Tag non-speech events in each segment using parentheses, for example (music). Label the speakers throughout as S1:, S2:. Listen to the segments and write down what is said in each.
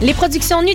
S1: Les productions Nues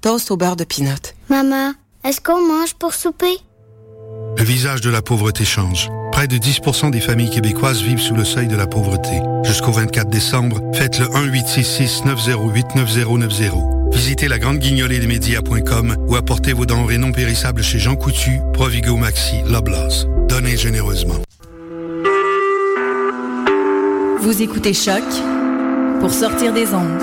S2: toast au beurre de peanut.
S3: Maman, est-ce qu'on mange pour souper?
S4: Le visage de la pauvreté change. Près de 10% des familles québécoises vivent sous le seuil de la pauvreté. Jusqu'au 24 décembre, faites le 1-866-908-9090. Visitez la grande guignolée des médias.com ou apportez vos denrées non périssables chez Jean Coutu, Provigo Maxi, Loblaws. Donnez généreusement.
S5: Vous écoutez Choc pour sortir des ondes.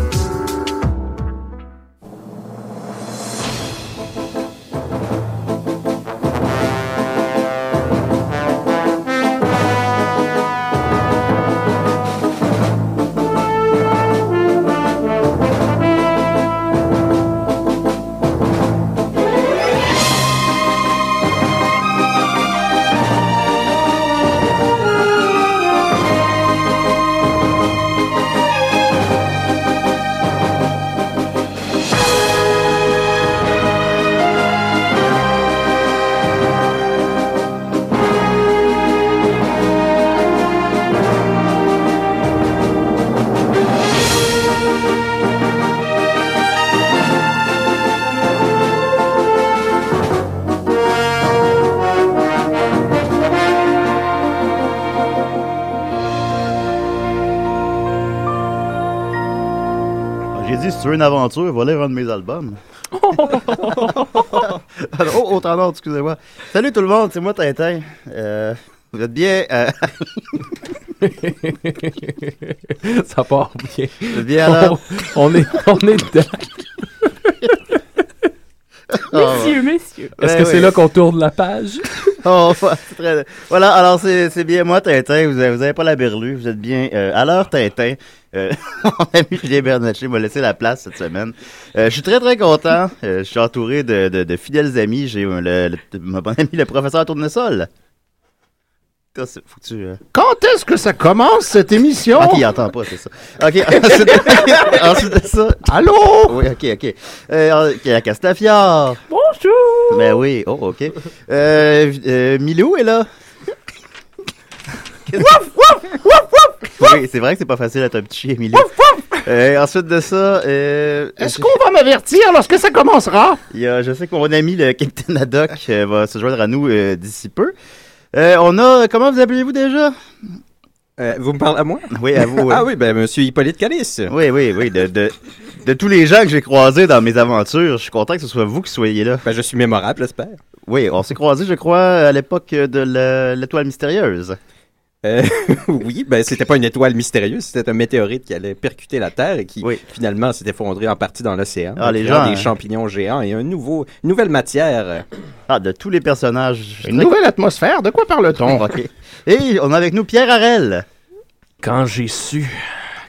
S6: J'ai dit, si tu veux une aventure, va lire un de mes (laughs) albums. Alors, oh, autant d'autres, excusez-moi. Salut tout le monde, c'est moi Tintin. Euh, vous êtes bien, euh, (laughs)
S7: (laughs) Ça part bien.
S6: vous êtes bien
S7: Oh.
S6: alors?
S7: On, on est, on est
S8: (laughs)
S7: dedans.
S8: Ah,
S9: Messieurs, messieurs.
S7: Est-ce
S6: Ben
S7: que c'est
S6: oui.
S7: là qu'on tourne la page?
S6: Oh, c'est très- Voilà, alors c'est c'est bien moi Tintin, vous avez, vous avez pas la berlue, vous êtes bien euh, à l'heure Tintin. Euh, (laughs) mon ami Julien Bernatchez m'a laissé la place cette semaine. Euh, je suis très très content, Euh, je suis entouré de, de- de fidèles amis, j'ai euh, le, le- mon bon ami le professeur Tournesol. Toi, c'est- Faut que tu... euh,
S8: Quand est-ce que ça commence cette émission?
S7: Ah,
S6: Ok, il entend pas, c'est ça. Ok, (laughs) ensuite, (laughs) ensuite de ça.
S8: Allô?
S6: Oui, ok, ok. Euh, ok, la Castafiore.
S9: Bonjour!
S6: Ben oui, oh, ok. Euh, euh, Milou est
S8: (laughs)
S6: là. Oui, c'est vrai que c'est pas facile à un petit chien, Milou. Euh, ensuite de ça, euh,
S8: Est-ce qu'on va m'avertir lorsque ça commencera?
S6: il y a- je sais que mon ami le Capitaine Haddock euh, va se joindre à nous euh, d'ici peu. Euh, on a, comment vous appelez-vous déjà?
S10: Euh, vous me parlez à moi
S6: Oui, à
S8: (laughs)
S6: vous.
S10: Ah oui, ben monsieur Hippolyte Calice.
S6: Oui, oui, oui. De, de, de tous les gens que j'ai croisés dans mes aventures, je suis content que ce soit vous qui soyez là.
S10: Ben je suis mémorable, j'espère. (laughs)
S6: Oui, on s'est croisés, je crois, à l'époque de la- l'étoile mystérieuse.
S10: Euh, oui, ben c'était pas une étoile mystérieuse, c'était un météorite qui allait percuter la Terre et qui
S6: Oui.
S10: finalement s'est effondré en partie dans l'océan.
S6: Ah, les
S10: créant
S6: gens,
S10: des
S6: hein.
S10: champignons géants et un nouveau, une nouvelle matière. euh,
S6: Ah, de tous les personnages. je suis
S8: Une
S6: très-
S8: nouvelle atmosphère, de quoi parle-t-on?
S6: Ok. Et on a avec nous Pierre Harel.
S7: Quand j'ai su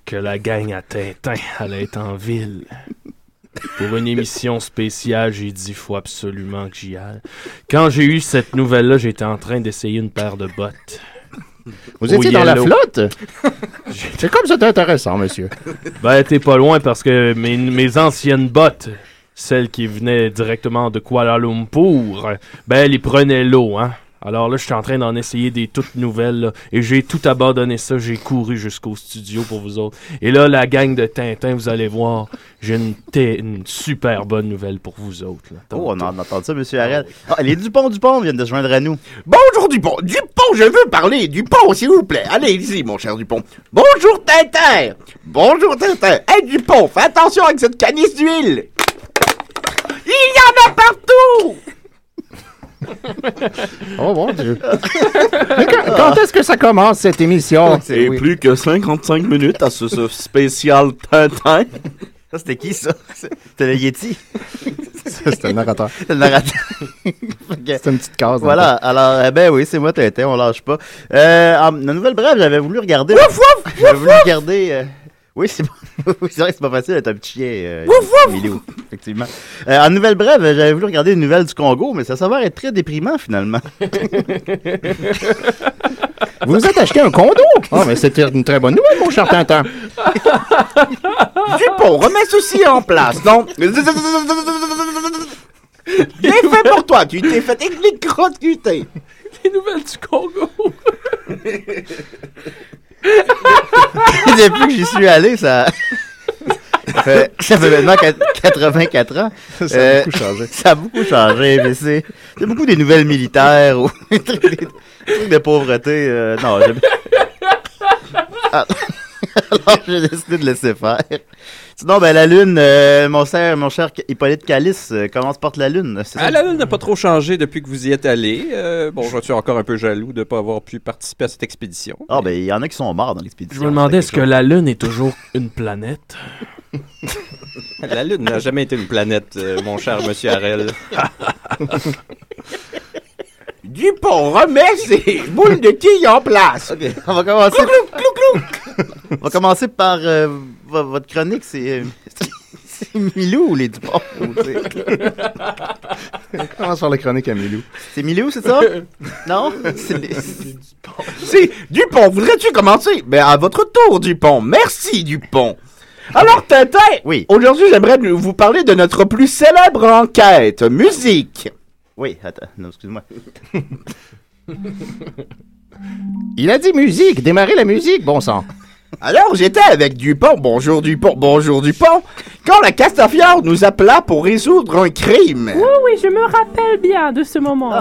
S7: que la gang à Tintin allait être en ville pour une émission spéciale, j'ai dit faut absolument que j'y aille. Quand j'ai eu cette nouvelle-là, j'étais en train d'essayer une paire de bottes.
S8: Vous
S7: Au
S8: étiez dans la
S7: yellow.
S8: flotte?
S6: (laughs)
S8: C'est comme c'était intéressant, monsieur.
S7: Ben, t'es pas loin parce que mes, mes anciennes bottes, celles qui venaient directement de Kuala Lumpur, ben, elles y prenaient l'eau, hein. Alors là, je suis en train d'en essayer des toutes nouvelles. là, et j'ai tout abandonné ça. J'ai couru jusqu'au studio pour vous autres. Et là, la gang de Tintin, vous allez voir, j'ai une, t- une super bonne nouvelle pour vous autres. là.
S6: Oh, on en entend ça, monsieur Harel. Ah, les Dupont Dupont viennent de se joindre à nous.
S11: Bonjour Dupont. Dupont, je veux parler. Dupont, s'il vous plaît. Allez, ici, mon cher Dupont. Bonjour Tintin. Bonjour Tintin. Hey Dupont, fais attention avec cette canisse d'huile. Il y en a partout.
S8: Oh mon Dieu. Mais quand, quand est-ce que ça commence, cette émission?
S12: Et plus que 55 minutes à ce, ce spécial Tintin.
S6: Ça, c'était qui, ça? C'était le Yeti.
S8: C'était le
S11: (laughs)
S8: narrateur.
S6: le narrateur.
S8: (laughs)
S6: C'était
S8: une petite case.
S6: Voilà, alors, eh ben oui, c'est moi, Tintin, on lâche pas. Euh, en- la nouvelle brève, j'avais voulu regarder.
S11: Wouf, wouf,
S6: J'avais
S11: wouf,
S6: voulu
S11: wouf.
S6: regarder. euh, Oui, c'est bon. (laughs) Oui, c'est vrai que c'est pas facile d'être un petit chien. euh,
S11: Wouf, wouf.
S6: Milou, effectivement. Euh, en nouvelle brève, j'avais voulu regarder une nouvelle du Congo, mais ça s'avère être très déprimant, finalement.
S8: (laughs) Vous vous êtes acheté un condo? Oh, mais c'était une très bonne nouvelle, mon
S6: (laughs)
S8: cher Tintin.
S11: Dupont, remets ceci en place,
S6: (laughs)
S11: non? Bien fait pour toi, tu t'es fait électrocuter.
S7: Les nouvelles du Congo.
S6: (laughs) Depuis que j'y suis allé, ça. (laughs) ça fait- ça fait maintenant quat- 84 ans. Euh,
S8: Ça a beaucoup changé.
S6: (laughs) Ça a beaucoup changé, mais c'est. C'est beaucoup des nouvelles militaires ou (laughs) des trucs, des trucs de pauvreté. euh, non, j'aime- (laughs) Ah, Alors, j'ai décidé de laisser faire. Sinon, ben, la Lune, euh, mon, cher, mon cher Hippolyte Calice, euh, comment se porte la Lune? C'est ça?
S10: Ah, la lune n'a pas trop changé depuis que vous y êtes allé. Euh, bon, je suis encore un peu jaloux de ne pas avoir pu participer à cette expédition.
S6: Ah, ben, il y en a qui sont morts dans
S7: Je
S6: l'expédition.
S7: me demandais, est-ce que la Lune est toujours une planète?
S10: La lune n'a jamais été une planète, euh, mon cher monsieur Harel.
S11: Dupont, remets ces boules de quilles en place.
S6: (laughs) on va commencer. On va commencer par euh, vo- votre chronique, c'est euh, c'est Milou ou les Dupont?
S8: Commence par la chronique à Milou.
S6: C'est Milou, c'est ça? Non? C'est les-
S11: Si, Dupont, voudrais-tu commencer? Ben, à votre tour, Dupont. Merci, Dupont. Alors, Tintin,
S6: oui.
S11: aujourd'hui, j'aimerais nous- vous parler de notre plus célèbre enquête, musique.
S6: Oui, attends, non, excuse-moi.
S8: Il a dit musique, démarrer la musique, bon sang.
S11: Alors, j'étais avec Dupont. Bonjour, Dupont. Bonjour, Dupont. Quand la Castafiore nous appela pour résoudre un crime.
S9: Oui, Oh oui, je me rappelle bien de ce moment.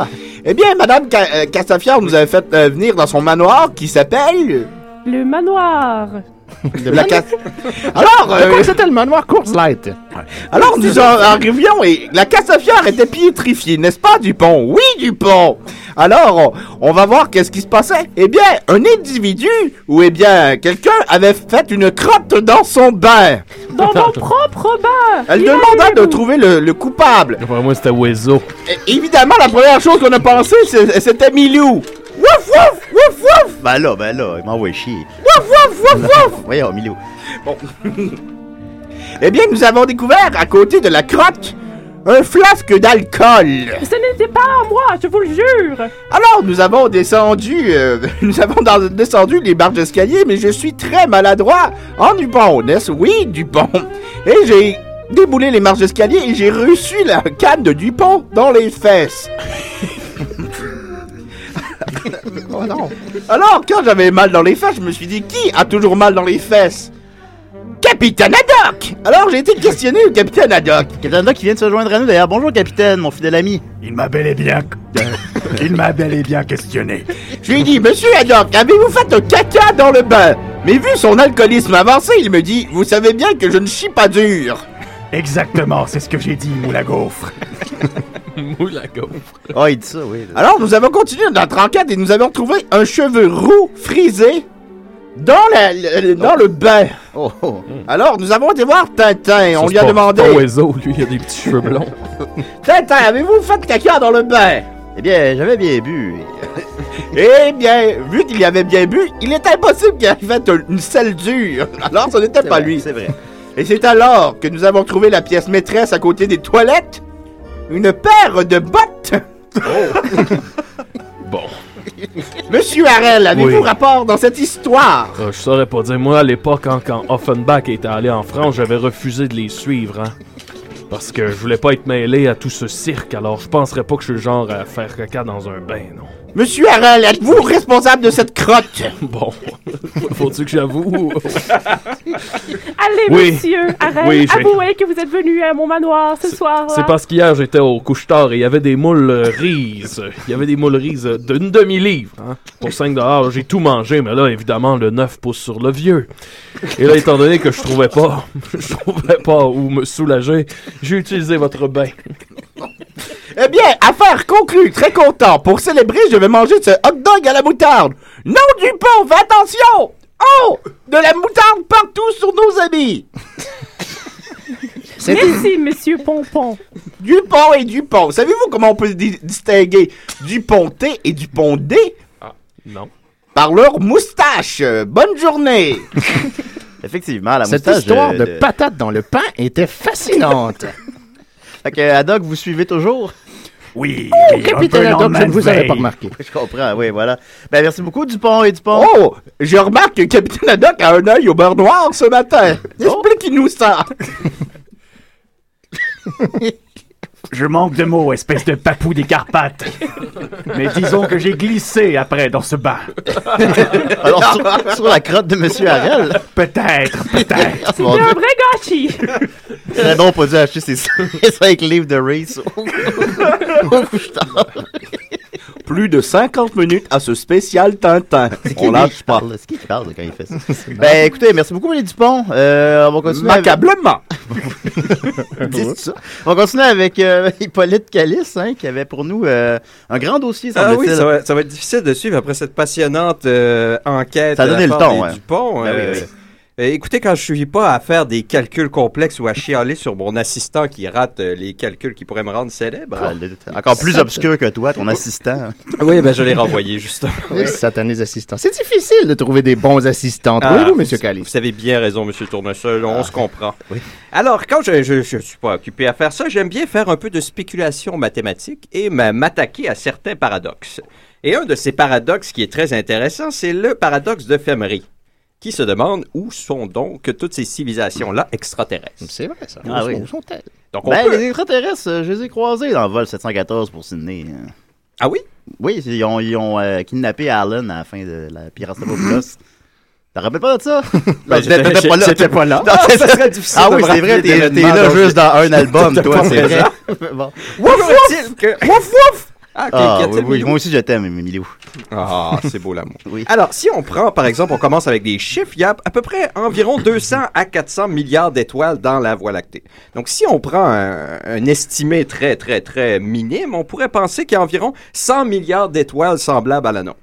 S11: Eh bien, Madame Ca- euh, Castafiore nous avait fait euh, venir dans son manoir qui s'appelle...
S9: Le manoir.
S11: (laughs) La
S9: (laughs)
S11: Cas- Alors,
S8: Je
S11: euh,
S8: crois que C'était le manoir Light.
S11: Alors nous en arrivions et la Castafiore était pétrifiée, n'est-ce pas, Dupont? Oui, Dupont! Alors, on on va voir qu'est-ce qui se passait. Eh bien, un individu, ou eh bien, quelqu'un avait fait une crotte dans son bain.
S7: (laughs)
S9: Dans mon propre bain.
S11: Elle demanda de trouver le, le coupable.
S7: Enfin, moi, c'était (laughs) Wezo.
S11: É- évidemment, la première chose qu'on a pensée, c'est- c'était Milou. Wouf, wouf, wouf, wouf!
S6: Ben là, ben là, il m'envoie chier.
S11: Wouf, wouf, wouf, wouf!
S6: (laughs) Voyons, Milou.
S11: Bon. eh bien, nous avons découvert, à côté de la crotte, un flasque d'alcool.
S9: Ce n'était pas à moi, je vous le jure.
S11: Alors, nous avons descendu, euh, (laughs) nous avons dans- descendu les barges d'escalier, mais je suis très maladroit en Dupont, n'est-ce Oui, Dupont. Et j'ai déboulé les marches d'escalier et j'ai reçu la canne de Dupont dans les fesses. (laughs)
S8: Oh non.
S11: Alors, quand j'avais mal dans les fesses, je me suis dit, qui a toujours mal dans les fesses Capitaine Haddock Alors, j'ai été questionné au Capitaine Haddock.
S6: Capitaine Doc qui vient de se joindre à nous d'ailleurs. Bonjour, capitaine, mon fidèle
S11: (laughs)
S6: ami.
S13: Il m'a bel et bien. euh, il m'a bel et bien questionné.
S11: Je lui ai dit, Monsieur Haddock, avez-vous fait un caca dans le bain Mais vu son alcoolisme avancé, il me dit, vous savez bien que je ne chie pas dur.
S13: Exactement, c'est ce que j'ai dit, moule à gaufre.
S7: Moule à gaufre.
S6: Ah, il dit ça, oui.
S11: Alors, nous avons continué notre enquête et nous avons trouvé un cheveu roux frisé dans, la- le, le- dans le bain.
S6: Oh, oh.
S11: Alors, nous avons été voir Tintin.
S7: Ça,
S11: On
S7: c'est
S11: lui a
S7: pas-
S11: demandé
S7: c'est pas Wezo, lui, il a des petits cheveux blonds.
S11: (laughs) Tintin, avez-vous fait caca dans le bain
S6: Eh bien, j'avais bien bu.
S11: Eh bien, vu qu'il y avait bien bu, il est impossible qu'il ait fait un- une selle dure. Alors, ce n'était
S6: C'est
S11: pas
S6: vrai,
S11: lui.
S6: C'est vrai.
S11: Et c'est alors que nous avons trouvé la pièce maîtresse à côté des toilettes une paire de bottes.
S7: Bon.
S11: Monsieur Harel, avez-vous
S7: Oui.
S11: rapport dans cette histoire
S7: Euh, je saurais pas dire. Moi, à l'époque, quand, quand Offenbach était allé en France, j'avais refusé de les suivre, hein. Parce que je voulais pas être mêlé à tout ce cirque, alors je penserais pas que je suis le genre à faire caca dans un bain, non.
S11: Monsieur Harel, êtes-vous responsable de cette crotte?
S7: Bon, (laughs) faut-tu que j'avoue?
S9: (laughs) Allez,
S7: Oui.
S9: monsieur, arrête.
S7: Oui, je-
S9: avouez que vous êtes venu à mon manoir ce soir.
S7: C'est parce qu'hier, j'étais au couche-tard et il y avait des moules euh, rises. Il y avait des moules rises euh, d'une demi-livre. hein. Pour 5 j'ai tout mangé, mais là, évidemment, le 9 pousse sur le vieux. Et là, étant donné que je trouvais pas, (laughs) je trouvais pas où me soulager, j'ai utilisé votre bain.
S11: Eh bien, affaire conclue, très content. Pour célébrer, je vais manger ce hot dog à la moutarde. Non du pauvre, attention! Oh! De la moutarde partout sur nos (laughs) amis!
S9: Merci, monsieur Pompon.
S11: Dupont et Dupont. Savez-vous comment on peut di- distinguer Duponté et Dupondé? Ah,
S7: non.
S11: Par leur moustache. Euh, Bonne journée!
S6: Effectivement, la
S11: Cette
S6: moustache
S11: histoire de
S6: patate dans le pain était
S11: fascinante.
S6: fait que, Haddock, vous suivez toujours? (laughs)
S13: Oui,
S11: oui, un Oh, capitaine peu Haddock, je ne vous avais lendemain de pas veille. remarqué.
S6: Je comprends, oui, voilà. Ben, merci beaucoup, Dupont et Dupont.
S11: Oh! Je remarque que Capitaine Haddock a un œil au beurre noir ce matin. Explique-nous ça!
S13: Je manque de mots, espèce de papou des Carpates. Mais disons que j'ai glissé après dans ce bain.
S6: (laughs) Alors, sur, sur la crotte de Monsieur Harel?
S13: Peut-être,
S6: (laughs)
S13: peut-être.
S9: C'est un vrai gâchis.
S6: J'aurais donc pas dû acheter ces (laughs) 5 livres de Reese (laughs) au, au couche-tard.
S12: Plus de 50 minutes à ce spécial Tintin. On lâche pas.
S6: C'est qui qui parle quand il fait ça? Ben écoutez, merci beaucoup les Dupont. Euh, on va continuer. (laughs)
S11: Macablement.
S6: Avec... Dis ça. On va continuer avec euh, (laughs) Hippolyte Calice, hein, qui avait pour nous euh, un grand dossier.
S10: Ah oui,
S6: semble-t-il.
S10: ça va, ça va être difficile de suivre après cette passionnante euh, enquête.
S6: Ça a
S10: de la
S6: donné le
S10: part
S6: ton,
S10: des
S6: ouais.
S10: Dupont.
S6: Ben
S10: euh,
S6: oui, oui.
S10: euh, écoutez, quand je suis pas à faire des calculs complexes ou à chialer sur mon assistant qui rate euh, les calculs qui pourraient me rendre célèbre.
S6: Ah, le- Encore plus obscur que toi, ton assistant.
S10: Oui, ben je l'ai renvoyé justement.
S8: Les satanés assistants. C'est difficile de trouver des bons assistants.
S6: Ah.
S8: Trouvez-vous, monsieur
S10: Ah, vous- Vous avez bien raison, Monsieur Tournesol, on se comprend. Alors, quand je ne suis pas occupé à faire ça, j'aime bien faire un peu de spéculation mathématique et m'a- m'attaquer à certains paradoxes. Et un de ces paradoxes qui est très intéressant, c'est le paradoxe de Femery, qui se demande où sont donc toutes ces civilisations-là extraterrestres.
S8: C'est vrai, ça.
S6: Ah oui.
S8: Où sont-elles?
S10: Donc, on
S6: Ben,
S10: peut-
S6: les extraterrestres, euh, je les ai croisés dans le vol 714 pour Sydney. hein.
S10: Ah oui?
S6: Oui, ils ont, ils ont euh, kidnappé Alan à la fin de la Pirastapopoulos. T'en rappelles pas de (laughs) ça?
S10: Ben,
S6: Non, t'étais-
S10: j'étais-
S6: t'étais
S10: j'étais pas là.
S6: (laughs) Non,
S10: Ah, (laughs)
S6: c'est-
S10: ça serait difficile
S6: Ah
S10: de
S6: oui,
S10: me
S6: c'est vrai,
S10: rappeler
S6: t'es t'es là
S10: d'événements, donc
S6: juste dans un
S10: j'étais
S6: album,
S10: pas
S6: toi, c'est vrai. Ah
S10: présent.
S6: (laughs) bon.
S10: Wouf, wouf! Wouf, wouf! Ah, ok,
S6: Ah,
S10: qu'y
S6: oui,
S10: a-t-il,
S6: oui,
S10: Milou?
S6: moi aussi je t'aime, Emilio.
S10: Ah, c'est beau l'amour. Alors, si on prend, par exemple, on commence avec des chiffres, il y a à peu près environ 200 à 400 milliards d'étoiles dans la Voie lactée. Donc, si on prend un, un estimé très, très, très minime, on pourrait penser qu'il y a environ 100 milliards d'étoiles semblables à la nôtre.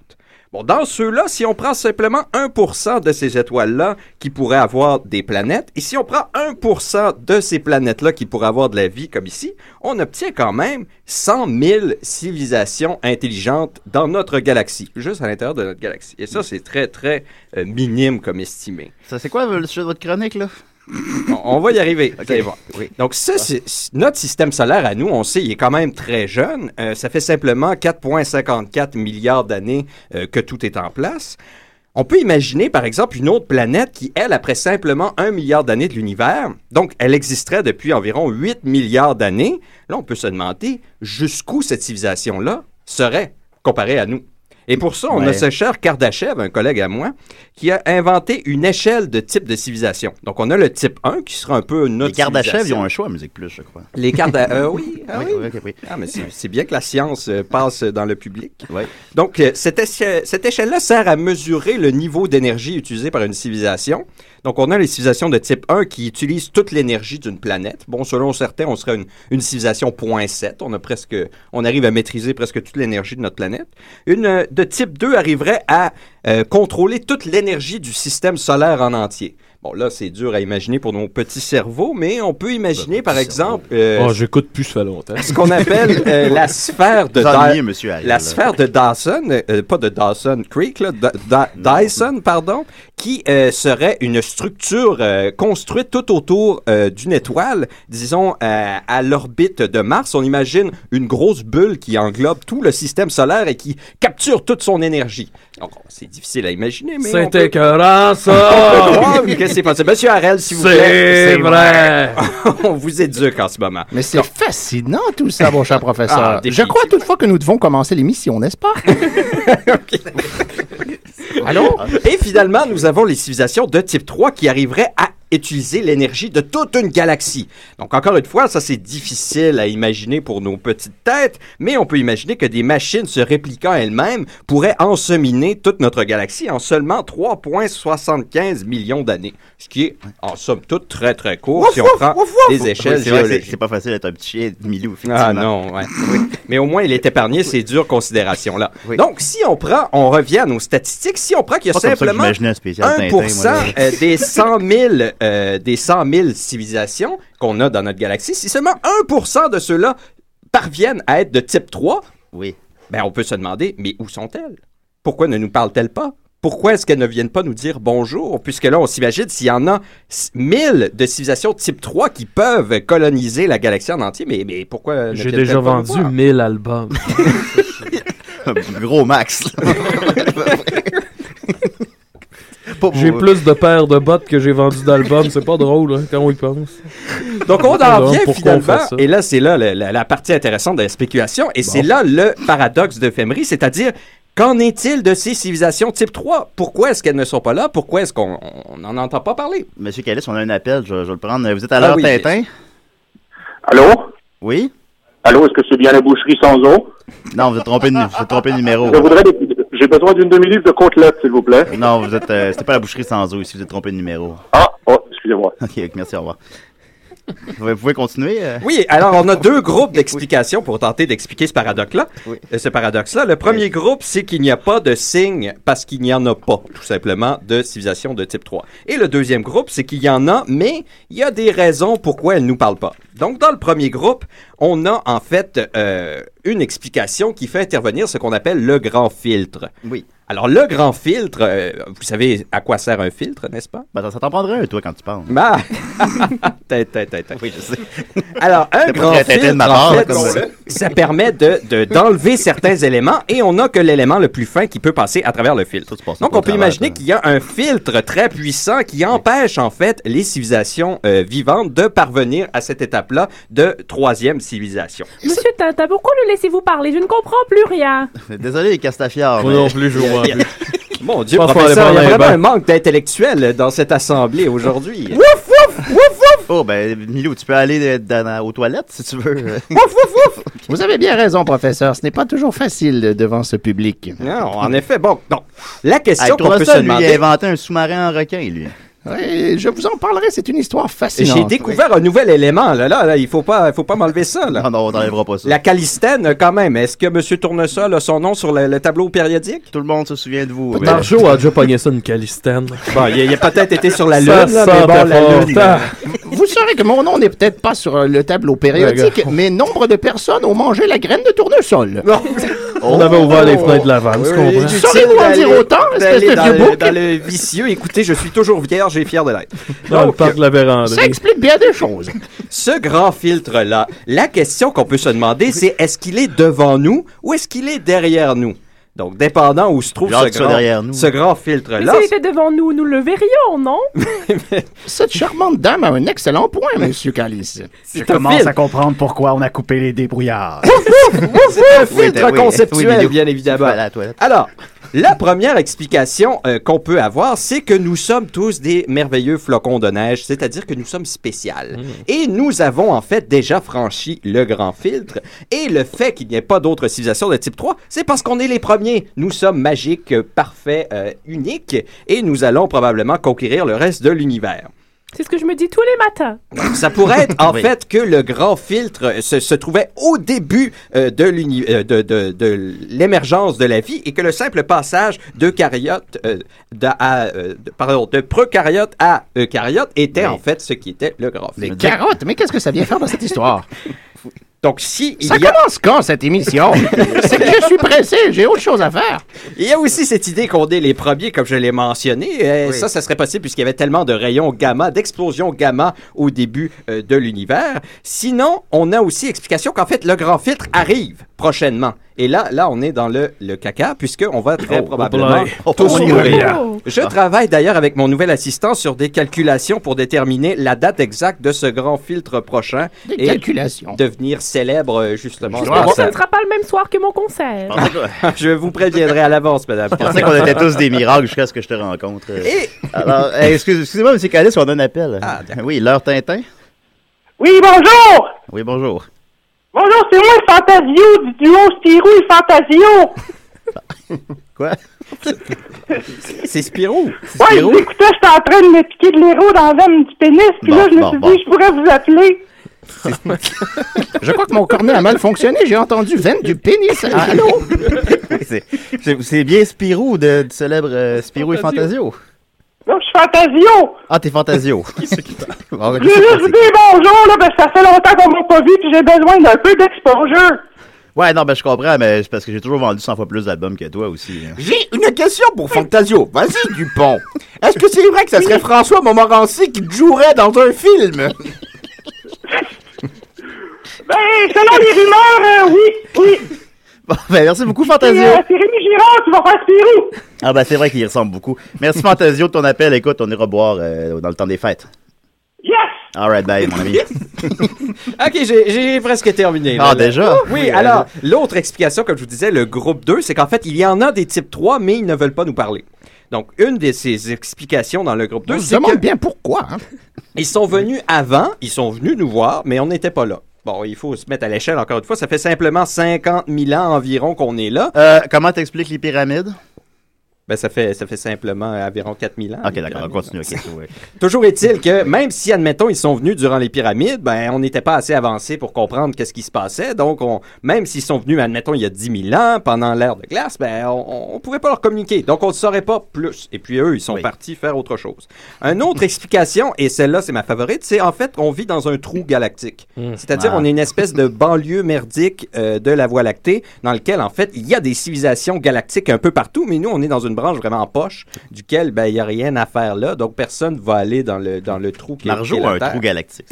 S10: Bon, dans ceux-là, si on prend simplement 1% de ces étoiles-là qui pourraient avoir des planètes, et si on prend 1% de ces planètes-là qui pourraient avoir de la vie comme ici, on obtient quand même 100 000 civilisations intelligentes dans notre galaxie, juste à l'intérieur de notre galaxie. Et ça, c'est très, très euh, minime comme estimé.
S6: (laughs) Ça, c'est quoi le sujet de votre chronique, là?
S10: On, on va y arriver. vous allez voir. Oui. Donc, ça, c'est- c'est- notre système solaire à nous, on sait, il est quand même très jeune. Euh, ça fait simplement 4,54 milliards d'années euh, que tout est en place. On peut imaginer, par exemple, une autre planète qui, elle, après simplement un milliard d'années de l'univers, donc elle existerait depuis environ 8 milliards d'années. Là, on peut se demander jusqu'où cette civilisation-là serait comparée à nous. Et pour ça, on a
S12: Ouais.
S10: ce cher Kardashev, un collègue à moi, qui a inventé une échelle de type de civilisation. Donc, on a le type 1 qui sera un peu notre
S6: Les Kardashev, ils
S10: civilisation.
S6: ont un choix à Musique Plus, je crois.
S10: Les Kardashev, euh, oui, ah oui.
S6: ok, oui.
S10: Ah, mais c'est c'est bien que la science euh, passe dans le public. Donc, euh, cette, éche- cette échelle-là sert à mesurer le niveau d'énergie utilisé par une civilisation. Donc, on a les civilisations de type 1 qui utilisent toute l'énergie d'une planète. Bon, selon certains, on serait une, une civilisation 0.7. On a presque, on arrive à maîtriser presque toute l'énergie de notre planète. Une euh, de type 2 arriverait à euh, contrôler toute l'énergie du système solaire en entier. Bon, là, c'est dur à imaginer pour nos petits cerveaux, mais on peut imaginer, par exemple... euh,
S7: oh, j'écoute plus, ça
S10: (laughs)
S7: fait longtemps.
S10: ce qu'on appelle euh, la sphère de
S7: Vous ennuyez,
S10: Da-
S7: monsieur Ariel,
S10: la
S7: là.
S10: sphère de Dawson, euh, pas de Dawson Creek, là, Da- Da- Dyson, pardon, qui euh, serait une structure euh, construite tout autour euh, d'une étoile, disons euh, à l'orbite de Mars. On imagine une grosse bulle qui englobe tout le système solaire et qui capture toute son énergie. Donc, c'est difficile à imaginer, mais
S7: C'est
S10: on peut-
S7: écœurant, ça!
S10: Ouais, mais qu'est-ce c'est possible. Monsieur Harel, (laughs) s'il vous
S8: Oh!
S10: plaît.
S8: C'est vrai.
S10: (laughs) On vous éduque en ce moment.
S8: Mais c'est fascinant tout ça, mon cher professeur.
S10: Ah,
S8: Je crois toutefois que nous devons commencer l'émission,
S10: (laughs)
S8: n'est-ce pas? Allô?
S10: Et finalement, nous avons les civilisations de type 3 qui arriveraient à utiliser l'énergie de toute une galaxie. Donc encore une fois, ça c'est difficile à imaginer pour nos petites têtes, mais on peut imaginer que des machines se répliquant elles-mêmes pourraient enseminer toute notre galaxie en seulement 3,75 millions d'années, ce qui est en somme toute très très court si on prend des échelles
S6: Oui, c'est vrai que c'est-
S10: géologiques.
S6: C'est pas facile d'être un petit chien de Milou,
S10: Ah
S6: effectivement.
S10: non, ouais. Oui. Mais au moins, il est épargné ces dures considérations-là. Donc, si on prend, on revient à nos statistiques, si on prend qu'il y a
S6: Pas comme ça que
S10: simplement
S6: j'imaginais un spécial Tintin,
S10: 1%
S6: moi, là.
S10: euh, des 100 000, euh, des 100 000 civilisations qu'on a dans notre galaxie, si seulement 1% de ceux-là parviennent à être de type 3, oui. ben on peut se demander, mais où sont-elles? Pourquoi ne nous parlent-elles pas? Pourquoi est-ce qu'elles ne viennent pas nous dire bonjour? Puisque là, on s'imagine s'il y en a s- 1000 de civilisations type 3 qui peuvent coloniser la galaxie en entier, mais, mais pourquoi euh, ne
S7: J'ai
S10: viennent-elles
S7: déjà
S10: pas nous
S7: vendu
S10: voir? (laughs)
S7: 1000 albums.
S6: Gros max. Pas
S7: J'ai
S6: pour-
S7: plus de paires de bottes que j'ai vendu d'albums. C'est pas drôle hein, quand on y pense.
S10: Donc, on
S7: Alors,
S10: en vient
S7: pourquoi on fait
S10: finalement,
S7: ça?
S10: et là, c'est là le- la, la partie intéressante de la spéculation, et c'est là le paradoxe d'euphémerie, c'est-à-dire, qu'en est-il de ces civilisations type 3? Pourquoi est-ce qu'elles ne sont pas là? Pourquoi est-ce qu'on on n'en entend pas parler?
S6: Monsieur Calis, on a un appel, je, je vais le prendre. Vous êtes à
S10: Ah
S6: l'heure,
S10: oui.
S6: Tintin?
S14: Allô?
S6: Oui?
S14: Allô, est-ce que c'est bien la boucherie sans eau?
S6: Non, vous êtes trompé de, vous êtes trompé de numéro.
S14: Je voudrais des- J'ai besoin d'une demi-livre de côtelettes, s'il vous plaît.
S6: Non, vous êtes. euh, C'était pas la boucherie sans eau ici, vous êtes trompé de numéro.
S14: Ah, oh, excusez-moi.
S6: (laughs) Ok, ok, merci, au revoir. Vous pouvez continuer? euh?
S10: Oui, alors on a deux groupes d'explications pour tenter d'expliquer ce paradoxe-là. Euh, Ce paradoxe-là, le premier groupe, c'est qu'il n'y a pas de signe parce qu'il n'y en a pas, tout simplement, de civilisation de type 3. Et le deuxième groupe, c'est qu'il y en a, mais il y a des raisons pourquoi elles ne nous parlent pas. Donc, dans le premier groupe, on a en fait euh, une explication qui fait intervenir ce qu'on appelle le grand filtre.
S6: Oui.
S10: Alors, le grand filtre, euh, vous savez à quoi sert un filtre, n'est-ce pas?
S6: Ben, ça t'en prendrait un, toi, quand tu parles.
S10: Bah! (laughs) tête, tête, tête. Oui, je
S6: (laughs)
S10: sais. Alors, un
S6: C'est pas
S10: grand
S6: très tête
S10: filtre,
S6: de ma part,
S10: en
S6: là,
S10: fait,
S6: comme ça.
S10: ça, ça permet de, de- d'enlever certains éléments et on n'a que l'élément le plus fin qui peut passer à travers le filtre. Donc,
S6: pas
S10: on
S6: au
S10: peut
S6: travers,
S10: imaginer qu'il y a un filtre très puissant qui empêche, en fait, les civilisations euh, vivantes de parvenir à cette étape-là de troisième civilisation.
S9: Monsieur Tintin, pourquoi le laissez-vous parler Je ne comprends plus rien.
S6: Désolé, les Castafiore.
S10: Moi
S6: mais-
S10: non plus, je vois plus. (laughs) Mon Dieu,
S6: Pas fort,
S10: professeur,
S6: aller
S10: il y a
S6: prendre un
S10: vraiment un
S6: bain.
S10: manque d'intellectuels dans cette assemblée aujourd'hui.
S6: Wouf, wouf, wouf, wouf! (laughs) Oh, ben, Milou, tu peux aller euh, dans- aux toilettes si tu veux. (laughs)
S8: Vous avez bien raison, professeur. Ce n'est pas toujours facile euh, devant ce public.
S10: Non, Hein, en effet, bon, non. La
S8: question qu'on peut se
S6: lui,
S8: demander-
S6: Il a inventé un sous-marin en requin, lui.
S8: Oui, je vous en parlerai. C'est une histoire
S10: Et
S8: fascinante.
S10: J'ai découvert un nouvel élément. Là, là, là, il faut pas, faut pas m'enlever ça. Là. Non,
S6: non, on n'enlèvera pas ça.
S10: La calistène, quand même. Est-ce que M. Tournesol a son nom sur le, le tableau périodique?
S6: Tout le monde se souvient de vous.
S7: Marjo a déjà pogné ça une calistène.
S10: Bon, il a, il a peut-être été sur la lune. là,
S7: Ça sent
S10: mais bon,
S7: ta
S10: la
S7: force.
S10: lune,
S7: Ah.
S8: Vous saurez que mon nom n'est peut-être pas sur euh, le tableau périodique, mais nombre de personnes ont mangé la graine de tournesol.
S6: Oh.
S7: On avait ouvert les fenêtres de l'avant, tu comprends?
S10: Inutile
S8: Saurez-vous en
S10: d'aller-
S8: dire autant, espèce
S10: d'aller
S8: de
S10: dans
S8: vieux
S10: le-
S8: bouc?
S10: Dans le (laughs) vicieux, écoutez, je suis toujours vierge et fier de l'être.
S7: Dans le
S10: Donc,
S7: parc de la véranda.
S10: Ça explique-
S8: Explique bien des choses.
S10: Ce grand filtre-là, la question qu'on peut se demander, c'est est-ce qu'il est devant nous ou est-ce qu'il est derrière nous? Donc, dépendant où se trouve
S6: J'ai hâte
S10: ce
S6: qu'il soit
S10: grand,
S6: derrière nous.
S10: ce grand
S9: Mais
S10: filtre-là,
S9: s'il était devant nous, nous le verrions, non
S8: Cette charmante dame a un excellent point,
S6: (laughs)
S8: monsieur Calice.
S13: Je commence à comprendre pourquoi Ah, on a coupé les débrouillards.
S10: c'est un
S13: Oui,
S10: filtre
S13: oui, oui,
S10: conceptuel,
S13: Milou.
S10: bien évidemment. Alors, la première explication euh, qu'on peut avoir, c'est que nous sommes tous des merveilleux flocons de neige, c'est-à-dire que nous sommes spéciales. Et nous avons en fait déjà franchi le grand filtre. Et le fait qu'il n'y ait pas d'autres civilisations de type 3, c'est parce qu'on est les premiers. Nous sommes magiques, euh, parfaits, euh, uniques, et nous allons probablement conquérir le reste de l'univers.
S9: C'est ce que je me dis tous les matins.
S10: Ça pourrait être en
S9: Oui.
S10: fait que le grand filtre euh, se, se trouvait au début euh, de l'uni- euh, de, de- de l'émergence de la vie et que le simple passage d'eucaryote euh, de, à, euh, de- pardon, de procaryote à eucaryote était en fait ce qui était le grand filtre.
S8: Carotte, mais qu'est-ce que ça vient faire dans cette histoire?
S6: (laughs)
S10: Donc si il
S8: Ça
S10: y a-
S8: commence quand
S6: (laughs)
S8: cette émission? C'est que je suis pressé, j'ai autre chose à faire.
S10: Il y a aussi cette idée qu'on est les premiers, comme je l'ai mentionné. Euh, Ça, ça serait possible puisqu'il y avait tellement de rayons gamma, d'explosions gamma au début euh, de l'univers. Sinon, on a aussi explication qu'en fait, le grand filtre arrive prochainement Et là, là, on est dans le, le caca, puisqu'on va très
S11: Oh,
S10: probablement
S11: boy. Oh,
S10: tous
S11: oh,
S10: mourir.
S11: oh.
S10: Je travaille d'ailleurs avec mon nouvel assistant sur des calculations pour déterminer la date exacte de ce grand filtre prochain.
S9: Des
S10: et
S6: (laughs)
S9: calculations.
S10: Devenir célèbre, euh, justement.
S9: J'espère que ce ne sera pas le même soir que mon concert.
S10: (laughs) Je vous préviendrai à l'avance, madame.
S6: Je pensais qu'on était tous des miracles jusqu'à ce que je te rencontre. Euh,
S10: Et-
S6: Alors, euh, excuse- excusez-moi, M. Calis, on a un appel.
S8: Ah,
S6: oui, l'heure Tintin.
S15: Oui, bonjour!
S6: Oui, bonjour.
S15: Bonjour, c'est moi le Fantasio du duo Spirou et Fantasio!
S6: (laughs) Quoi?
S10: C'est Spirou!
S15: Ouais, je vous écoutais, j'étais en train de me piquer de l'héros dans la veine du pénis, puis
S8: Bon,
S15: là, je me
S8: bon,
S15: suis
S8: bon.
S15: dit, je pourrais vous appeler.
S8: (laughs) Je crois que mon cornet a mal fonctionné. J'ai entendu veine du pénis. Allô?
S6: Oui, Ah, (laughs) c'est- c'est c'est bien Spirou, de, du célèbre euh, Spirou et Fantasio.
S15: Non, je suis Fantasio!
S6: Ah, t'es Fantasio. Bon,
S15: Je
S6: ben,
S15: voulais
S6: je sais
S15: juste
S6: pas,
S15: vous dire bonjour, là, parce que ça fait longtemps qu'on m'a pas vu, puis j'ai besoin d'un peu d'exposure.
S6: c'est- Ouais, non, ben je comprends, mais c'est parce que j'ai toujours vendu 100 fois plus d'albums que toi aussi.
S15: (laughs)
S6: hein.
S11: J'ai une question pour Fantasio. Vas-y, Dupont. Est-ce que c'est vrai que ça serait François Montmorency qui te jouerait dans un film?
S15: Ben, selon les rumeurs, euh, oui, oui.
S6: Bon, ben, merci beaucoup,
S15: Puis,
S6: Fantasio.
S15: euh, c'est Rémi Girard qui va faire Spirou.
S6: Ah, ben c'est vrai qu'il y ressemble beaucoup. Merci, Fantasio, de ton appel. Écoute, on ira boire euh, dans le temps des fêtes.
S15: Yes!
S6: All right, bye, mon
S8: (laughs)
S6: ami.
S10: Ok, j'ai- j'ai presque terminé.
S6: Ah,
S10: Voilà.
S6: déjà?
S10: Oui,
S6: Oui,
S10: alors, l'autre explication, comme je vous disais, le groupe 2, c'est qu'en fait, il y en a des types 3, mais ils ne veulent pas nous parler. Donc, une de ces explications dans le groupe 2,
S8: On se
S10: c'est
S8: demande
S10: que
S8: bien pourquoi. hein.
S10: ils sont venus avant, ils sont venus nous voir, mais on n'était pas là. Bon, il faut se mettre à l'échelle encore une fois. Ça fait simplement 50 000 ans environ qu'on est là.
S6: Euh, comment t'expliques les pyramides?
S10: Ben, ça fait, ça fait simplement euh, environ 4000
S15: Ah,
S10: ans. euh,
S6: Ok, d'accord, on continue. ok,
S15: (laughs)
S6: oui.
S10: Toujours est-il que même si, admettons, ils sont venus durant les pyramides, ben, on n'était pas assez avancé pour comprendre qu'est-ce qui se passait. Donc, on, même s'ils sont venus, admettons, il y a 10 000 ans, pendant l'ère de glace, ben, on, on pouvait pas leur communiquer. Donc, on ne saurait pas plus. Et puis, eux, ils sont partis faire autre chose. Une autre explication, et celle-là, c'est ma favorite, c'est en fait, on vit dans un trou galactique. C'est-à-dire,
S6: Ah.
S10: on est une espèce de banlieue merdique euh, de la Voie lactée, dans lequel, en fait, il y a des civilisations galactiques un peu partout, mais nous, on est dans une branche vraiment en poche, duquel, ben, il n'y a rien à faire là, donc personne ne va aller dans le, dans le trou qui
S6: Marjo a un trou galactique.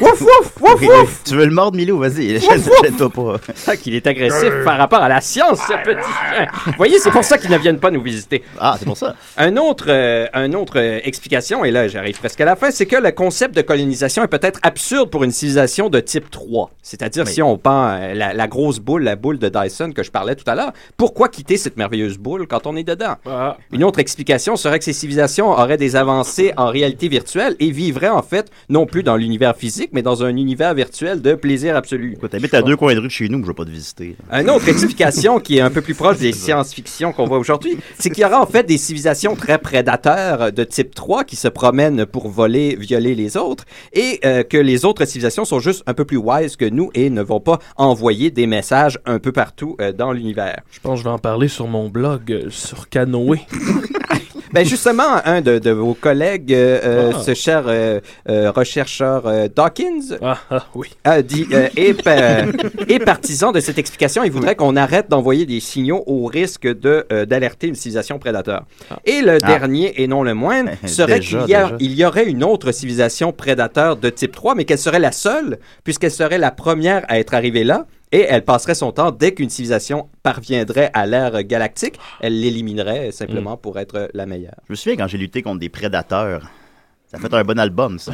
S10: Wouf, wouf, wouf,
S6: Oui,
S10: (laughs) wouf!
S6: Tu veux le mordre, Milou? Vas-y,
S10: Wouf, wouf.
S6: (laughs) jette-toi pas.
S10: C'est ça Ah, qu'il est agressif par rapport à la science, ce petit chien. Vous voyez, c'est pour ça qu'ils ne viennent pas nous visiter.
S6: Ah, c'est pour ça.
S10: Un autre, euh, un autre euh, explication, et là j'arrive presque à la fin, c'est que le concept de colonisation est peut-être absurde pour une civilisation de type 3. C'est-à-dire,
S6: Oui.
S10: si on prend euh, la, la grosse boule, la boule de Dyson que je parlais tout à l'heure, pourquoi quitter cette merveilleuse boule quand on est dedans? Une autre explication serait que ces civilisations auraient des avancées en réalité virtuelle et vivraient en fait non plus dans l'univers physique, mais dans un univers virtuel de plaisir absolu.
S6: T'habites à deux coins de rue de chez nous, mais je vais pas te visiter.
S10: Une autre explication qui est un peu plus proche des science-fiction qu'on voit aujourd'hui, c'est qu'il y aura en fait des civilisations très prédateurs euh, de type 3 qui se promènent pour voler, violer les autres et euh, que les autres civilisations sont juste un peu plus wise que nous et ne vont pas envoyer des messages un peu partout euh, dans l'univers.
S7: Je pense que je vais en parler sur mon blog, euh, sur Canoë.
S10: Ben justement, un de, de vos collègues, euh, euh,
S7: Ah.
S10: ce cher euh, euh, rechercheur euh, Dawkins,
S7: oui.
S10: a dit, euh, est, pa-
S6: (laughs)
S10: est partisan de cette explication. Il voudrait qu'on arrête d'envoyer des signaux au risque de euh, d'alerter une civilisation prédateur. Et le
S6: Ah.
S10: dernier, et non le moindre, serait
S6: (laughs) Déjà,
S10: qu'il y, a-
S6: déjà.
S10: il y aurait une autre civilisation prédateur de type 3, mais qu'elle serait la seule, puisqu'elle serait la première à être arrivée là. Et elle passerait son temps dès qu'une civilisation parviendrait à l'ère galactique, elle l'éliminerait simplement
S6: Mm.
S10: pour être la meilleure.
S6: Je me souviens quand j'ai lutté contre des prédateurs. Ça a fait un bon album, ça.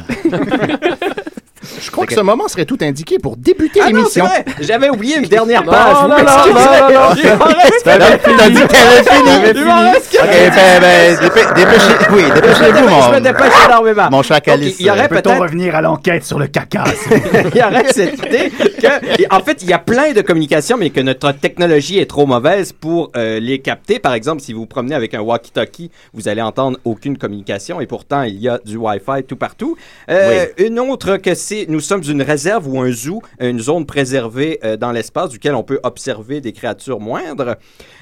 S8: Je crois que ce moment serait tout indiqué pour débuter
S10: Ah non, c'est
S8: l'émission.
S10: vrai, J'avais oublié une dernière
S8: Non,
S10: page.
S8: non,
S10: vous
S8: non,
S10: m'excuserez.
S8: non, non, non.
S10: Il m'en reste
S8: T'as
S10: quelques
S8: dit- t'as dit que t'avais fini.
S10: Il m'en reste
S6: Ok,
S10: quelques
S6: ben, ben, dépê- dépêchez, oui, dépêchez-vous, mon.
S10: Je me dépêche énormément.
S6: Mon chacalis.
S10: Donc, il y aurait
S13: Peut-on
S10: peut-être
S13: revenir à l'enquête sur le caca?
S10: (laughs) il y aurait cette idée que, et en fait, il y a plein de communications, mais que notre technologie est trop mauvaise pour euh, les capter. Par exemple, si vous vous promenez avec un walkie-talkie, vous allez entendre aucune communication, et pourtant, il y a du Wi-Fi tout partout. Euh, Une autre que c'est, nous sommes une réserve ou un zoo, une zone préservée euh, dans l'espace duquel on peut observer des créatures moindres.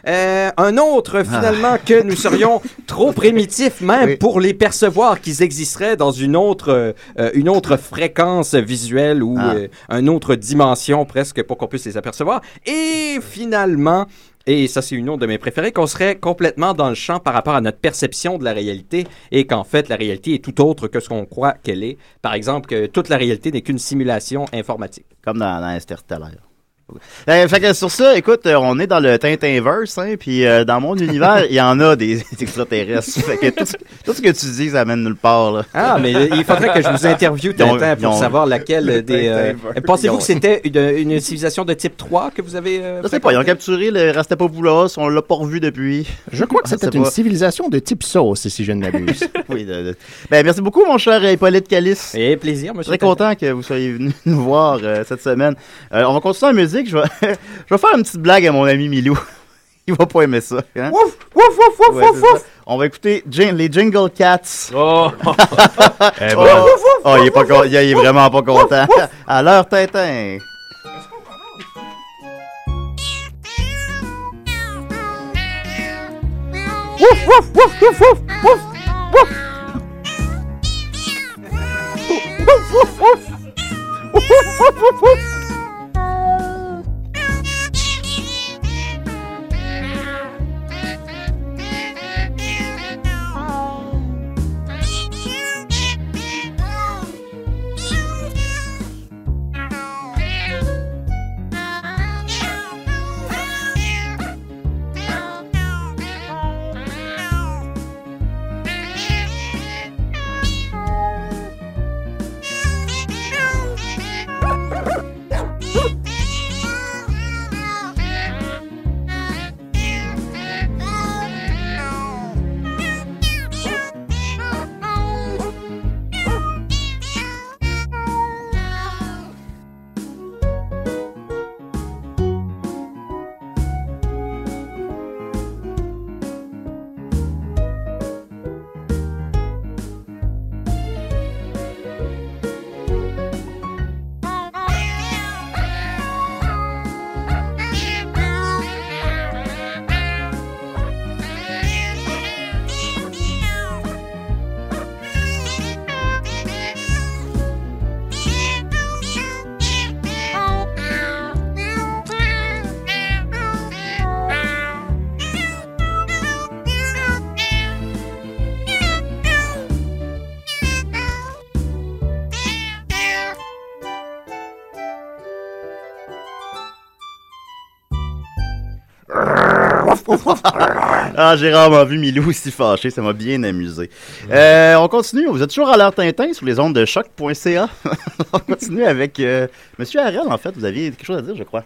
S10: Euh, un autre, finalement, que nous serions trop primitifs même pour les percevoir, qu'ils existeraient dans une autre, euh, euh, une autre fréquence visuelle ou
S6: Ah.
S10: euh, une autre dimension presque pour qu'on puisse les apercevoir. Et finalement, et ça c'est une autre de mes préférées, qu'on serait complètement dans le champ par rapport à notre perception de la réalité et qu'en fait la réalité est tout autre que ce qu'on croit qu'elle est. Par exemple, que toute la réalité n'est qu'une simulation informatique.
S6: Comme dans, dans Interstellar. Euh, fait que sur ça, écoute, euh, on est dans le Tintinverse, hein, puis euh, dans mon univers, il y en a des (laughs) extraterrestres. Fait que tout ce, tout ce que tu dis, ça amène nulle part. Là.
S10: Ah, mais il faudrait que je vous interviewe
S6: Ils ont-
S10: Tintin pour
S6: ils ont-
S10: savoir laquelle des. euh,
S6: Tintin.
S10: Pensez-vous
S6: Ils ont-
S10: que c'était une, une civilisation de type 3 que vous avez. euh,
S6: Je sais pas, ils ont capturé le Rastapopoulos, on l'a pas revu depuis.
S8: Je crois que
S6: Je
S8: c'était
S6: sais
S8: une
S6: pas.
S8: civilisation de type sauce, si je ne m'abuse.
S6: Oui, de- de- Ben, merci beaucoup, mon cher Hippolyte Calice.
S10: Et Eh, plaisir, monsieur.
S6: Très content que vous soyez venu (laughs) nous voir euh, cette semaine. Euh, on va continuer en musique. Je vais, (laughs) je vais faire une petite blague à mon ami Milou. (laughs) Il va pas aimer ça. hein.
S10: Wouf, wouf, wouf, wouf,
S6: Ouais,
S10: wouf,
S6: c'est
S10: wouf.
S6: ça. On va écouter Jin- les Jingle Cats. (laughs)
S7: Oh!
S6: oh, oh, il est, pas con- il est vraiment pas content. (laughs) À l'heure, Tintin.
S15: Wouf, wouf, wouf, wouf, wouf, wouf, wouf. Wouf, wouf, wouf. Wouf, wouf, wouf, wouf, wouf.
S6: (laughs) Ah, j'ai rarement vu Milou aussi fâché, ça m'a bien amusé. Euh, on continue, vous êtes toujours à l'heure Tintin sur les ondes de choc.ca. (laughs) on continue avec euh, Monsieur Harel, en fait, vous aviez quelque chose à dire, je crois.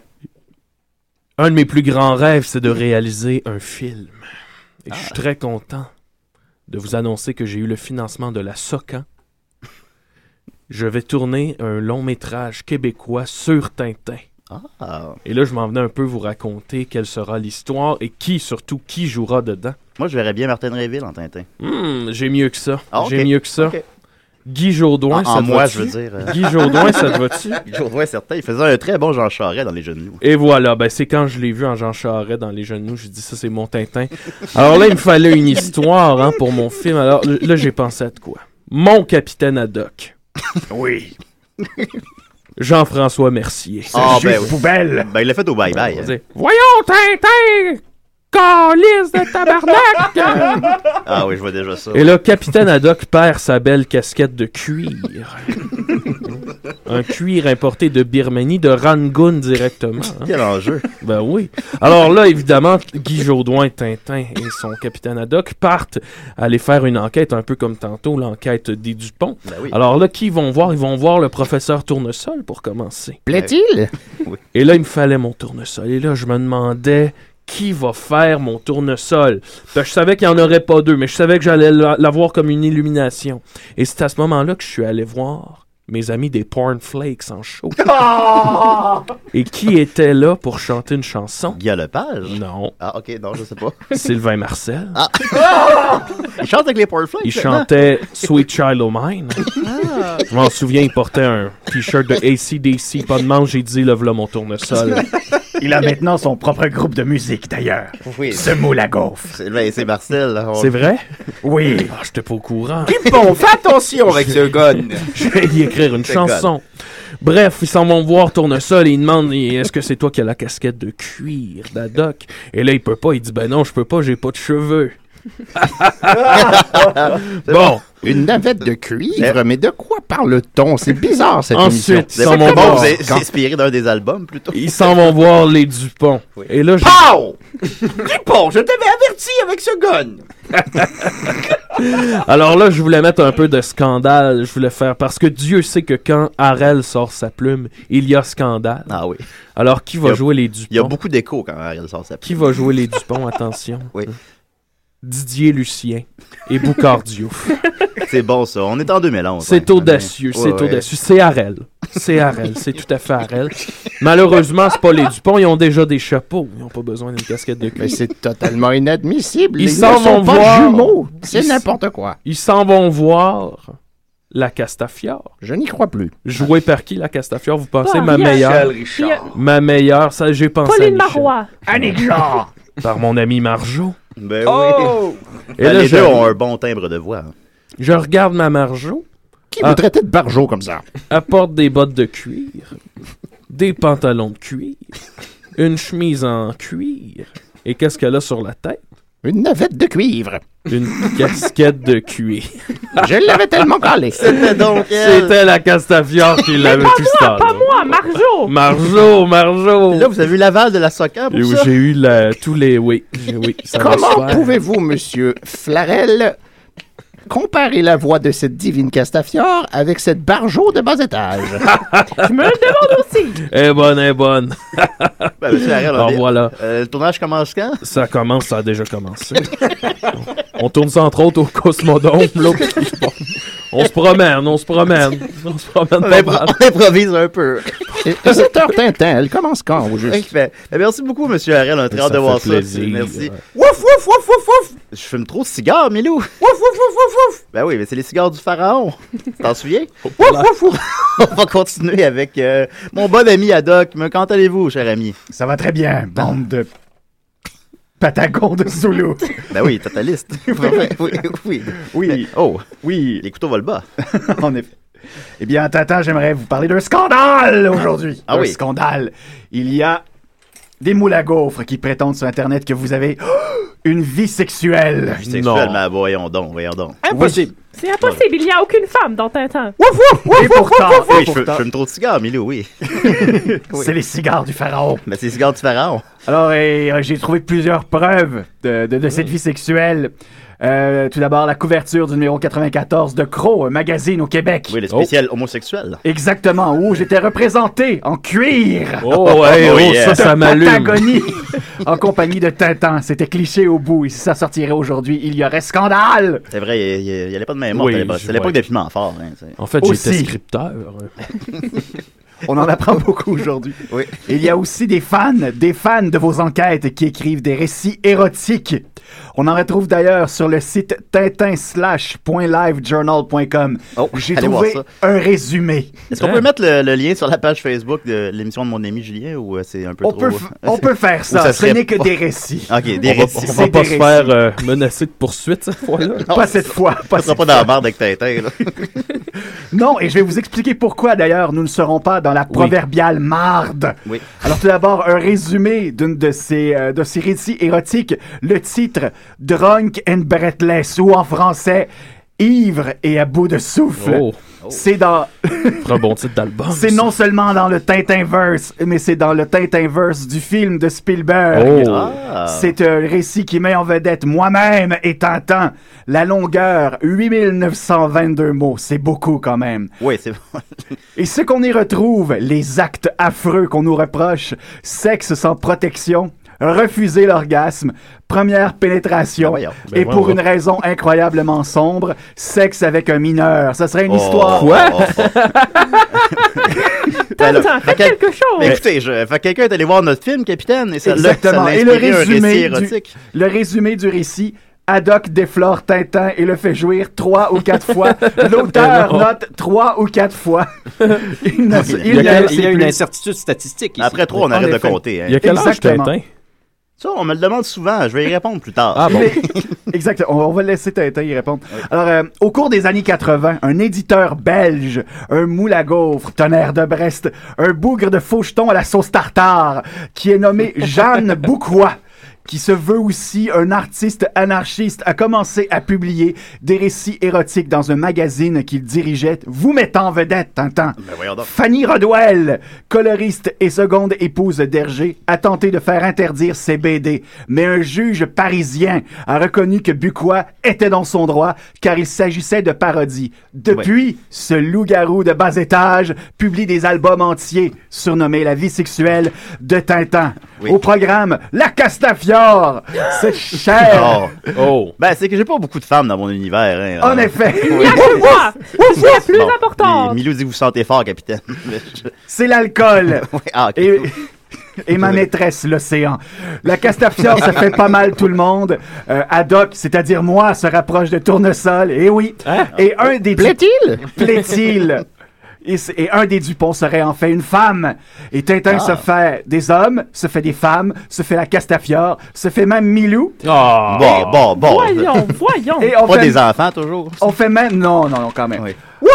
S7: Un de mes plus grands rêves, c'est de réaliser un film. Et
S8: Ah.
S7: je suis très content de vous annoncer que j'ai eu le financement de la SOCAN. Je vais tourner un long métrage québécois sur Tintin.
S6: Ah.
S7: Et là, je m'en venais un peu vous raconter quelle sera l'histoire et qui, surtout, qui jouera dedans.
S6: Moi, je verrais bien Martin Réville en Tintin.
S7: Hmm, j'ai mieux que ça.
S6: Ah, ok.
S7: J'ai mieux que ça.
S6: Ok.
S7: Guy Jourdouin,
S6: en
S7: ça
S6: en
S7: te
S6: moi,
S7: va-tu?
S6: je veux dire. euh. (laughs)
S7: Guy Jourdouin, ça te va-tu?
S6: Guy Jourdouin, certain. Il faisait un très bon Jean Charest dans Les Jeunes Loups.
S7: Et voilà, ben c'est quand je l'ai vu en Jean Charest dans Les Jeunes Loups, j'ai dit ça c'est mon Tintin. Alors là, il me fallait une histoire hein, pour mon film. Alors l- là, j'ai pensé à de quoi Mon capitaine Haddock.
S13: Oui.
S7: Jean-François Mercier.
S13: Ah, ben oui. poubelle.
S6: Ben, il l'a fait au bye-bye.
S7: hein.
S9: Voyons, Tintin! Calice de tabarnak!
S6: Ah oui, je vois déjà ça.
S7: Et là, Capitaine Haddock perd sa belle casquette de cuir. Un cuir importé de Birmanie, de Rangoon directement. hein.
S6: Quel enjeu.
S7: Ben oui. Alors là, évidemment, Guy Jourdouin, Tintin et son capitaine Haddock partent aller faire une enquête, un peu comme tantôt, l'enquête des Dupont.
S6: Ben oui.
S7: Alors là, qui vont voir? Ils vont voir le professeur Tournesol pour commencer. (laughs)
S8: Plaît-il?
S7: Et là, il me fallait mon tournesol. Et là, je me demandais qui va faire mon tournesol. Ben, je savais qu'il n'y en aurait pas deux, mais je savais que j'allais la- l'avoir comme une illumination. Et c'est à ce moment-là que je suis allé voir mes amis des Porn Flakes en show. Et qui était là pour chanter une chanson?
S6: Guy Lepage?
S7: Non.
S6: Ah, ok, non, je sais pas.
S7: Sylvain Marcel.
S6: Il chante avec les Powerflakes.
S7: Il chantait Sweet Child O' Mine. Je m'en souviens, il portait un t-shirt de ACDC, pas de manche, j'ai dit, lève-le mon tournesol.
S13: Il a maintenant son propre groupe de musique, d'ailleurs.
S6: Oui.
S13: Ce mot la gaufre.
S6: C'est ben, c'est Marcel. là, on-
S7: C'est vrai?
S13: Oui.
S7: Ah, J'étais pas au courant.
S11: Bon, fais attention
S7: (laughs)
S11: avec ce gun.
S7: Je vais y écrire une
S11: C'est
S7: chanson. Bref, ils s'en vont voir Tournesol et ils demandent Est-ce que c'est
S8: (laughs)
S7: toi qui as la casquette de cuir d'Adoc Et là, il peut pas. Il dit Ben non, je peux pas, j'ai pas de cheveux.
S8: bon. Une navette de cuivre, mais de quoi parle-t-on? C'est bizarre, cette
S7: Ensuite,
S8: émission.
S7: ils s'en vont
S8: comment-
S7: voir-
S6: Vous êtes
S7: Quand-
S6: inspiré d'un des albums, plutôt.
S7: Ils s'en vont voir les Dupont. Et là, j'ai-
S11: Pow! Dupont, je t'avais averti avec ce gun.
S7: Alors là, je voulais mettre un peu de scandale. Je voulais faire parce que Dieu sait que quand Harel sort sa plume, il y a scandale.
S6: Ah oui.
S7: Alors qui va
S6: Il y a-
S7: jouer les Dupont
S6: Il y a beaucoup d'écho quand Ariel sort sa plume.
S7: Qui va jouer les Dupont Attention.
S6: Oui.
S7: Didier Lucien et Boucard
S8: (laughs)
S7: Diouf.
S6: C'est bon, ça. On est en 2011. hein.
S7: C'est audacieux,
S6: Ouais,
S7: c'est
S6: ouais.
S7: audacieux. C'est Harel. C'est Harel, c'est tout à fait Harel. Malheureusement, c'est pas les Dupont, ils ont déjà des chapeaux. Ils n'ont pas besoin d'une casquette de cuir.
S8: Mais c'est totalement inadmissible.
S7: Ils
S8: Ils,
S7: s'en
S8: ne sont
S7: vont
S8: pas
S7: voir.
S8: jumeaux. C'est
S7: Ils-
S8: n'importe quoi.
S7: Ils s'en vont voir la Castafiore.
S8: Je n'y crois plus.
S7: Joué par qui la Castafiore Vous pensez
S9: Par
S7: ma
S9: Michel
S7: meilleure
S9: Richard.
S7: Ma meilleure, ça j'ai pensé à
S9: Pauline
S7: Michel.
S9: Marois. Annick Jean.
S7: Par mon ami Marjo.
S6: Ben oui.
S9: Oh!
S7: Et
S6: Ben,
S7: là,
S6: les
S7: je-
S6: deux ont un bon timbre de voix. hein.
S7: Je regarde ma Marjo.
S8: Qui vous traitait de barjo comme ça?
S7: Apporte des bottes de cuir, des pantalons de cuir, une chemise en cuir. Et qu'est-ce qu'elle a sur la tête?
S8: Une navette de cuivre.
S7: Une casquette de cuir.
S8: Je l'avais tellement calé. (laughs) C'était
S6: donc
S7: C'était la Castafiore qui l'avait tout ça.
S9: Pas moi, Marjo.
S7: Marjo, Marjo.
S6: Là, vous avez eu l'aval de la soccer pour
S7: Et où
S6: ça?
S7: j'ai eu la- tous les oui. j'ai- oui ça va se
S8: Comment
S7: faire.
S8: pouvez-vous, monsieur Flarel, comparer la voix de cette divine Castafiore avec cette barjo de bas étage?
S9: Je me le demande aussi.
S7: Elle est Eh bonne, elle est bonne.
S6: (laughs) Ben, monsieur
S8: Ah,
S6: Harel, on
S7: Alors
S6: est-
S7: voilà.
S6: Euh, le tournage commence quand?
S7: Ça commence, ça a déjà commencé. on tourne ça entre autres au Cosmodome. là, puis on se promène, on se promène. On se promène
S6: On,
S7: pas
S6: impro-
S7: mal.
S6: on improvise un peu.
S8: Et- et cette heure Tintin, elle commence quand, au
S6: Hey,
S8: juste?
S6: ben, ben, merci beaucoup, monsieur Harel. On a très
S7: Ça
S6: hâte de
S7: fait
S6: voir ça.
S7: plaisir.
S6: Merci.
S11: Wouf, wouf, wouf, wouf, wouf.
S6: Je fume trop de cigares, Milou.
S11: Wouf, wouf, wouf, wouf, wouf.
S6: Ben oui, mais c'est les cigares du pharaon. Tu T'en souviens?
S11: Wouf, wouf, wouf.
S6: (laughs) on va continuer avec euh, mon bon ami Adoc. Mais quand allez-vous, cher ami?
S13: Ça va très bien, bande de patagons de Zoulou.
S6: Ben oui, totaliste. oui, oui, oui.
S13: Oui,
S6: Oh,
S13: oui,
S6: les couteaux volent bas.
S13: en effet. Eh bien, Tata, j'aimerais vous parler d'un scandale aujourd'hui.
S6: Ah
S13: un
S6: oui.
S13: scandale. Il y a des moules à gaufres qui prétendent sur Internet que vous avez (gasps) une vie sexuelle.
S6: Je suis sexuel, mais voyons donc, voyons donc.
S13: Impossible.
S9: C'est impossible, il n'y a aucune femme dans Tintin.
S13: Et pourtant,
S6: Oui,
S13: et
S6: je fume, je
S13: pourtant,
S6: fume trop de cigares, Milou, oui.
S13: (laughs) c'est les cigares du pharaon.
S6: Mais c'est les cigares du pharaon.
S13: Alors, et, euh, j'ai trouvé plusieurs preuves de, de- de cette vie sexuelle. Euh, tout d'abord, la couverture du numéro 94 de Crow, un magazine au Québec. Oh.
S6: Oui, le spécial homosexuel.
S13: Exactement, où j'étais représenté en cuir.
S7: Oh, hey,
S6: Oh,
S7: oh,
S6: yeah.
S7: ça, ça
S13: de
S7: m'allume.
S13: Patagonie, en compagnie de Tintin. C'était cliché au bout, et si ça sortirait aujourd'hui, il y aurait scandale.
S6: C'est vrai, il n'y avait pas de main morte
S7: Oui,
S6: à l'époque.
S7: je-
S6: C'est l'époque
S7: ouais.
S6: des piments forts. hein, c'est-
S7: En fait, j'étais
S13: Aussi.
S7: scripteur.
S13: On en apprend beaucoup aujourd'hui.
S6: Oui.
S13: Il y a aussi des fans, des fans de vos enquêtes qui écrivent des récits érotiques. On en retrouve d'ailleurs sur le site tintin/livejournal.com.
S6: Oh,
S13: J'ai
S6: allez
S13: trouvé
S6: voir
S13: un résumé.
S6: Est-ce qu'on peut mettre le, le lien sur la page Facebook de l'émission de mon ami Julien ou euh, c'est un peu
S13: On
S6: trop...
S13: peut, f- on peut faire
S6: Ou
S13: ça.
S6: ça
S13: Ce
S6: serait
S13: n'est que
S6: pas-
S13: des récits.
S6: (laughs) Ok, des
S7: On va,
S6: récits.
S7: on va
S13: C'est
S7: pas
S13: des
S7: se faire euh, menacer de poursuite cette fois-là.
S6: Non,
S13: (laughs) Pas cette fois.
S6: On
S13: Pas
S6: sera
S13: cette
S6: pas dans la barre avec Tintin. là.
S13: Non, et je vais vous expliquer pourquoi d'ailleurs nous ne serons pas dans la proverbiale marde.
S6: Oui.
S13: Alors tout d'abord, un résumé d'une de ces, euh, de ces récits érotiques, le titre Drunk and Breathless, ou en français Ivre et à bout de souffle.
S7: Oh,
S13: C'est dans,
S7: très bon titre d'album.
S13: c'est
S7: ça.
S13: non seulement dans le Tintinverse, mais c'est dans le Tintinverse du film de Spielberg.
S7: Oh.
S6: Ah.
S13: C'est un récit qui met en vedette moi-même et Tintin. La longueur, 8922 mots, c'est beaucoup quand même.
S6: Oui, c'est bon.
S13: Et ce qu'on y retrouve, les actes affreux qu'on nous reproche, sexe sans protection, refuser l'orgasme, première
S6: Ben
S13: pénétration,
S6: voyons.
S7: Ben
S13: et
S7: voyons
S13: pour
S7: donc.
S13: une raison incroyablement sombre, sexe avec un mineur. Ça serait une
S6: Oh,
S7: (laughs)
S13: histoire.
S6: oh, oh. Ben là,
S9: Tintin,
S6: fait
S9: faites
S6: quel-
S9: quelque chose.
S6: Mais écoutez, je, fait que quelqu'un est allé voir notre film, Capitaine, et ça l'a ça
S13: Exactement.
S6: l'a
S13: et le
S6: inspiré un récit
S13: résumé, du,
S6: érotique.
S13: le résumé du récit. Haddock déflore Tintin et le fait jouir trois ou
S7: (laughs)
S13: quatre fois. L'auteur
S7: Non.
S13: note trois ou quatre fois. Il ne-
S10: Il y
S13: il ne
S10: a,
S13: le
S10: il y
S13: sait
S10: a une
S13: plus.
S10: incertitude statistique. ici.
S6: Après trois, on
S13: En
S6: arrête de
S13: effet.
S6: compter.
S7: Il y
S6: Hein.
S7: a quel âge,
S13: Exactement.
S7: Tintin?
S6: Ça, on me le demande souvent. Je vais y répondre plus tard.
S16: (laughs)
S7: Ah bon?
S13: Exact. On, on va laisser Tintin y répondre. Alors, euh, au cours des années 80, un éditeur belge, un moule à gaufre, tonnerre de Brest, un bougre de faucheton à la sauce tartare, qui est nommé Jeanne Boucroix, qui se veut aussi un artiste anarchiste, a commencé à publier des récits érotiques dans un magazine qu'il dirigeait, vous mettant en vedette, Tintin.
S6: Ben voyons donc.
S13: Fanny Rodwell, coloriste et seconde épouse d'Hergé, a tenté de faire interdire ses BD, mais un juge parisien a reconnu que Bucois était dans son droit car il s'agissait de parodies. Depuis, ce loup-garou de bas étage publie des albums entiers surnommés La vie sexuelle de Tintin. Au programme La Castafiore, cette
S7: Oh.
S13: chère.
S6: Ben, c'est que j'ai pas beaucoup de femmes dans mon univers. hein.
S13: En effet.
S6: Oui.
S9: C'est plus
S6: Bon.
S9: important.
S6: Puis Milou dit vous sentez fort, capitaine. (laughs)
S13: (laughs) C'est l'alcool.
S6: ah, ok.
S13: Et, et ma maîtresse, l'océan. La castafiore, ça fait pas mal tout le monde. Euh, Adoc, c'est-à-dire moi, se rapproche de Tournesol. Et oui.
S7: Ah.
S13: Et un des...
S8: Plaît-il?
S13: Plaît-il? Et, c- et un des Dupont serait en fait une femme. Et Tintin
S8: Ah.
S13: se fait des hommes, se fait des femmes, se fait la Castafiore, se fait même Milou.
S7: Ah.
S6: Bon, bon, bon.
S13: voyons.
S6: Pas des enfants, toujours.
S13: On fait même. Non, non, non, quand même.
S6: Wouf,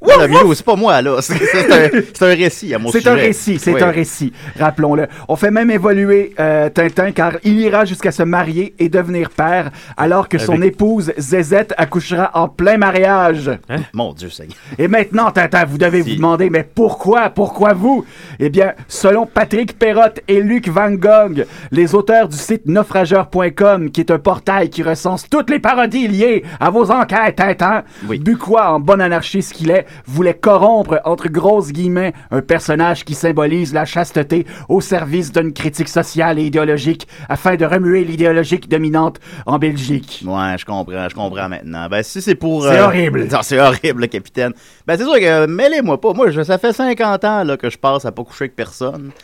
S6: wouf, wouf, Milou, c'est pas moi, là. (laughs) C'est- C'est un, c'est un récit à mon
S13: C'est
S6: sujet.
S13: un récit, c'est
S6: Oui.
S13: un récit, rappelons-le. On fait même évoluer euh, Tintin car il ira jusqu'à se marier et devenir père alors que son
S6: Avec-
S13: épouse Zézette accouchera en plein mariage.
S6: Mon Dieu, Seigneur.
S13: Et maintenant, Tintin, vous devez vous demander, mais pourquoi, pourquoi vous Eh bien, selon Patrick Perrotte et Luc Van Gogh, les auteurs du site naufrageur.com, qui est un portail qui recense toutes les parodies liées à vos enquêtes, hein, Tintin, Bucois, en bon anarchiste qu'il est, voulait corrompre, entre grosses guillemets, un personnage qui symbolise la chasteté au service d'une critique sociale et idéologique, afin de remuer l'idéologique dominante en Belgique.
S6: Ouais, je comprends, je comprends maintenant. Ben, si c'est pour.
S13: C'est horrible.
S6: Non, (laughs) c'est horrible, le capitaine. Ben, c'est sûr que euh, mêlez-moi pas. Moi, je- ça fait 50 ans là, que je passe à pas coucher avec
S13: (laughs)
S6: personne. (laughs)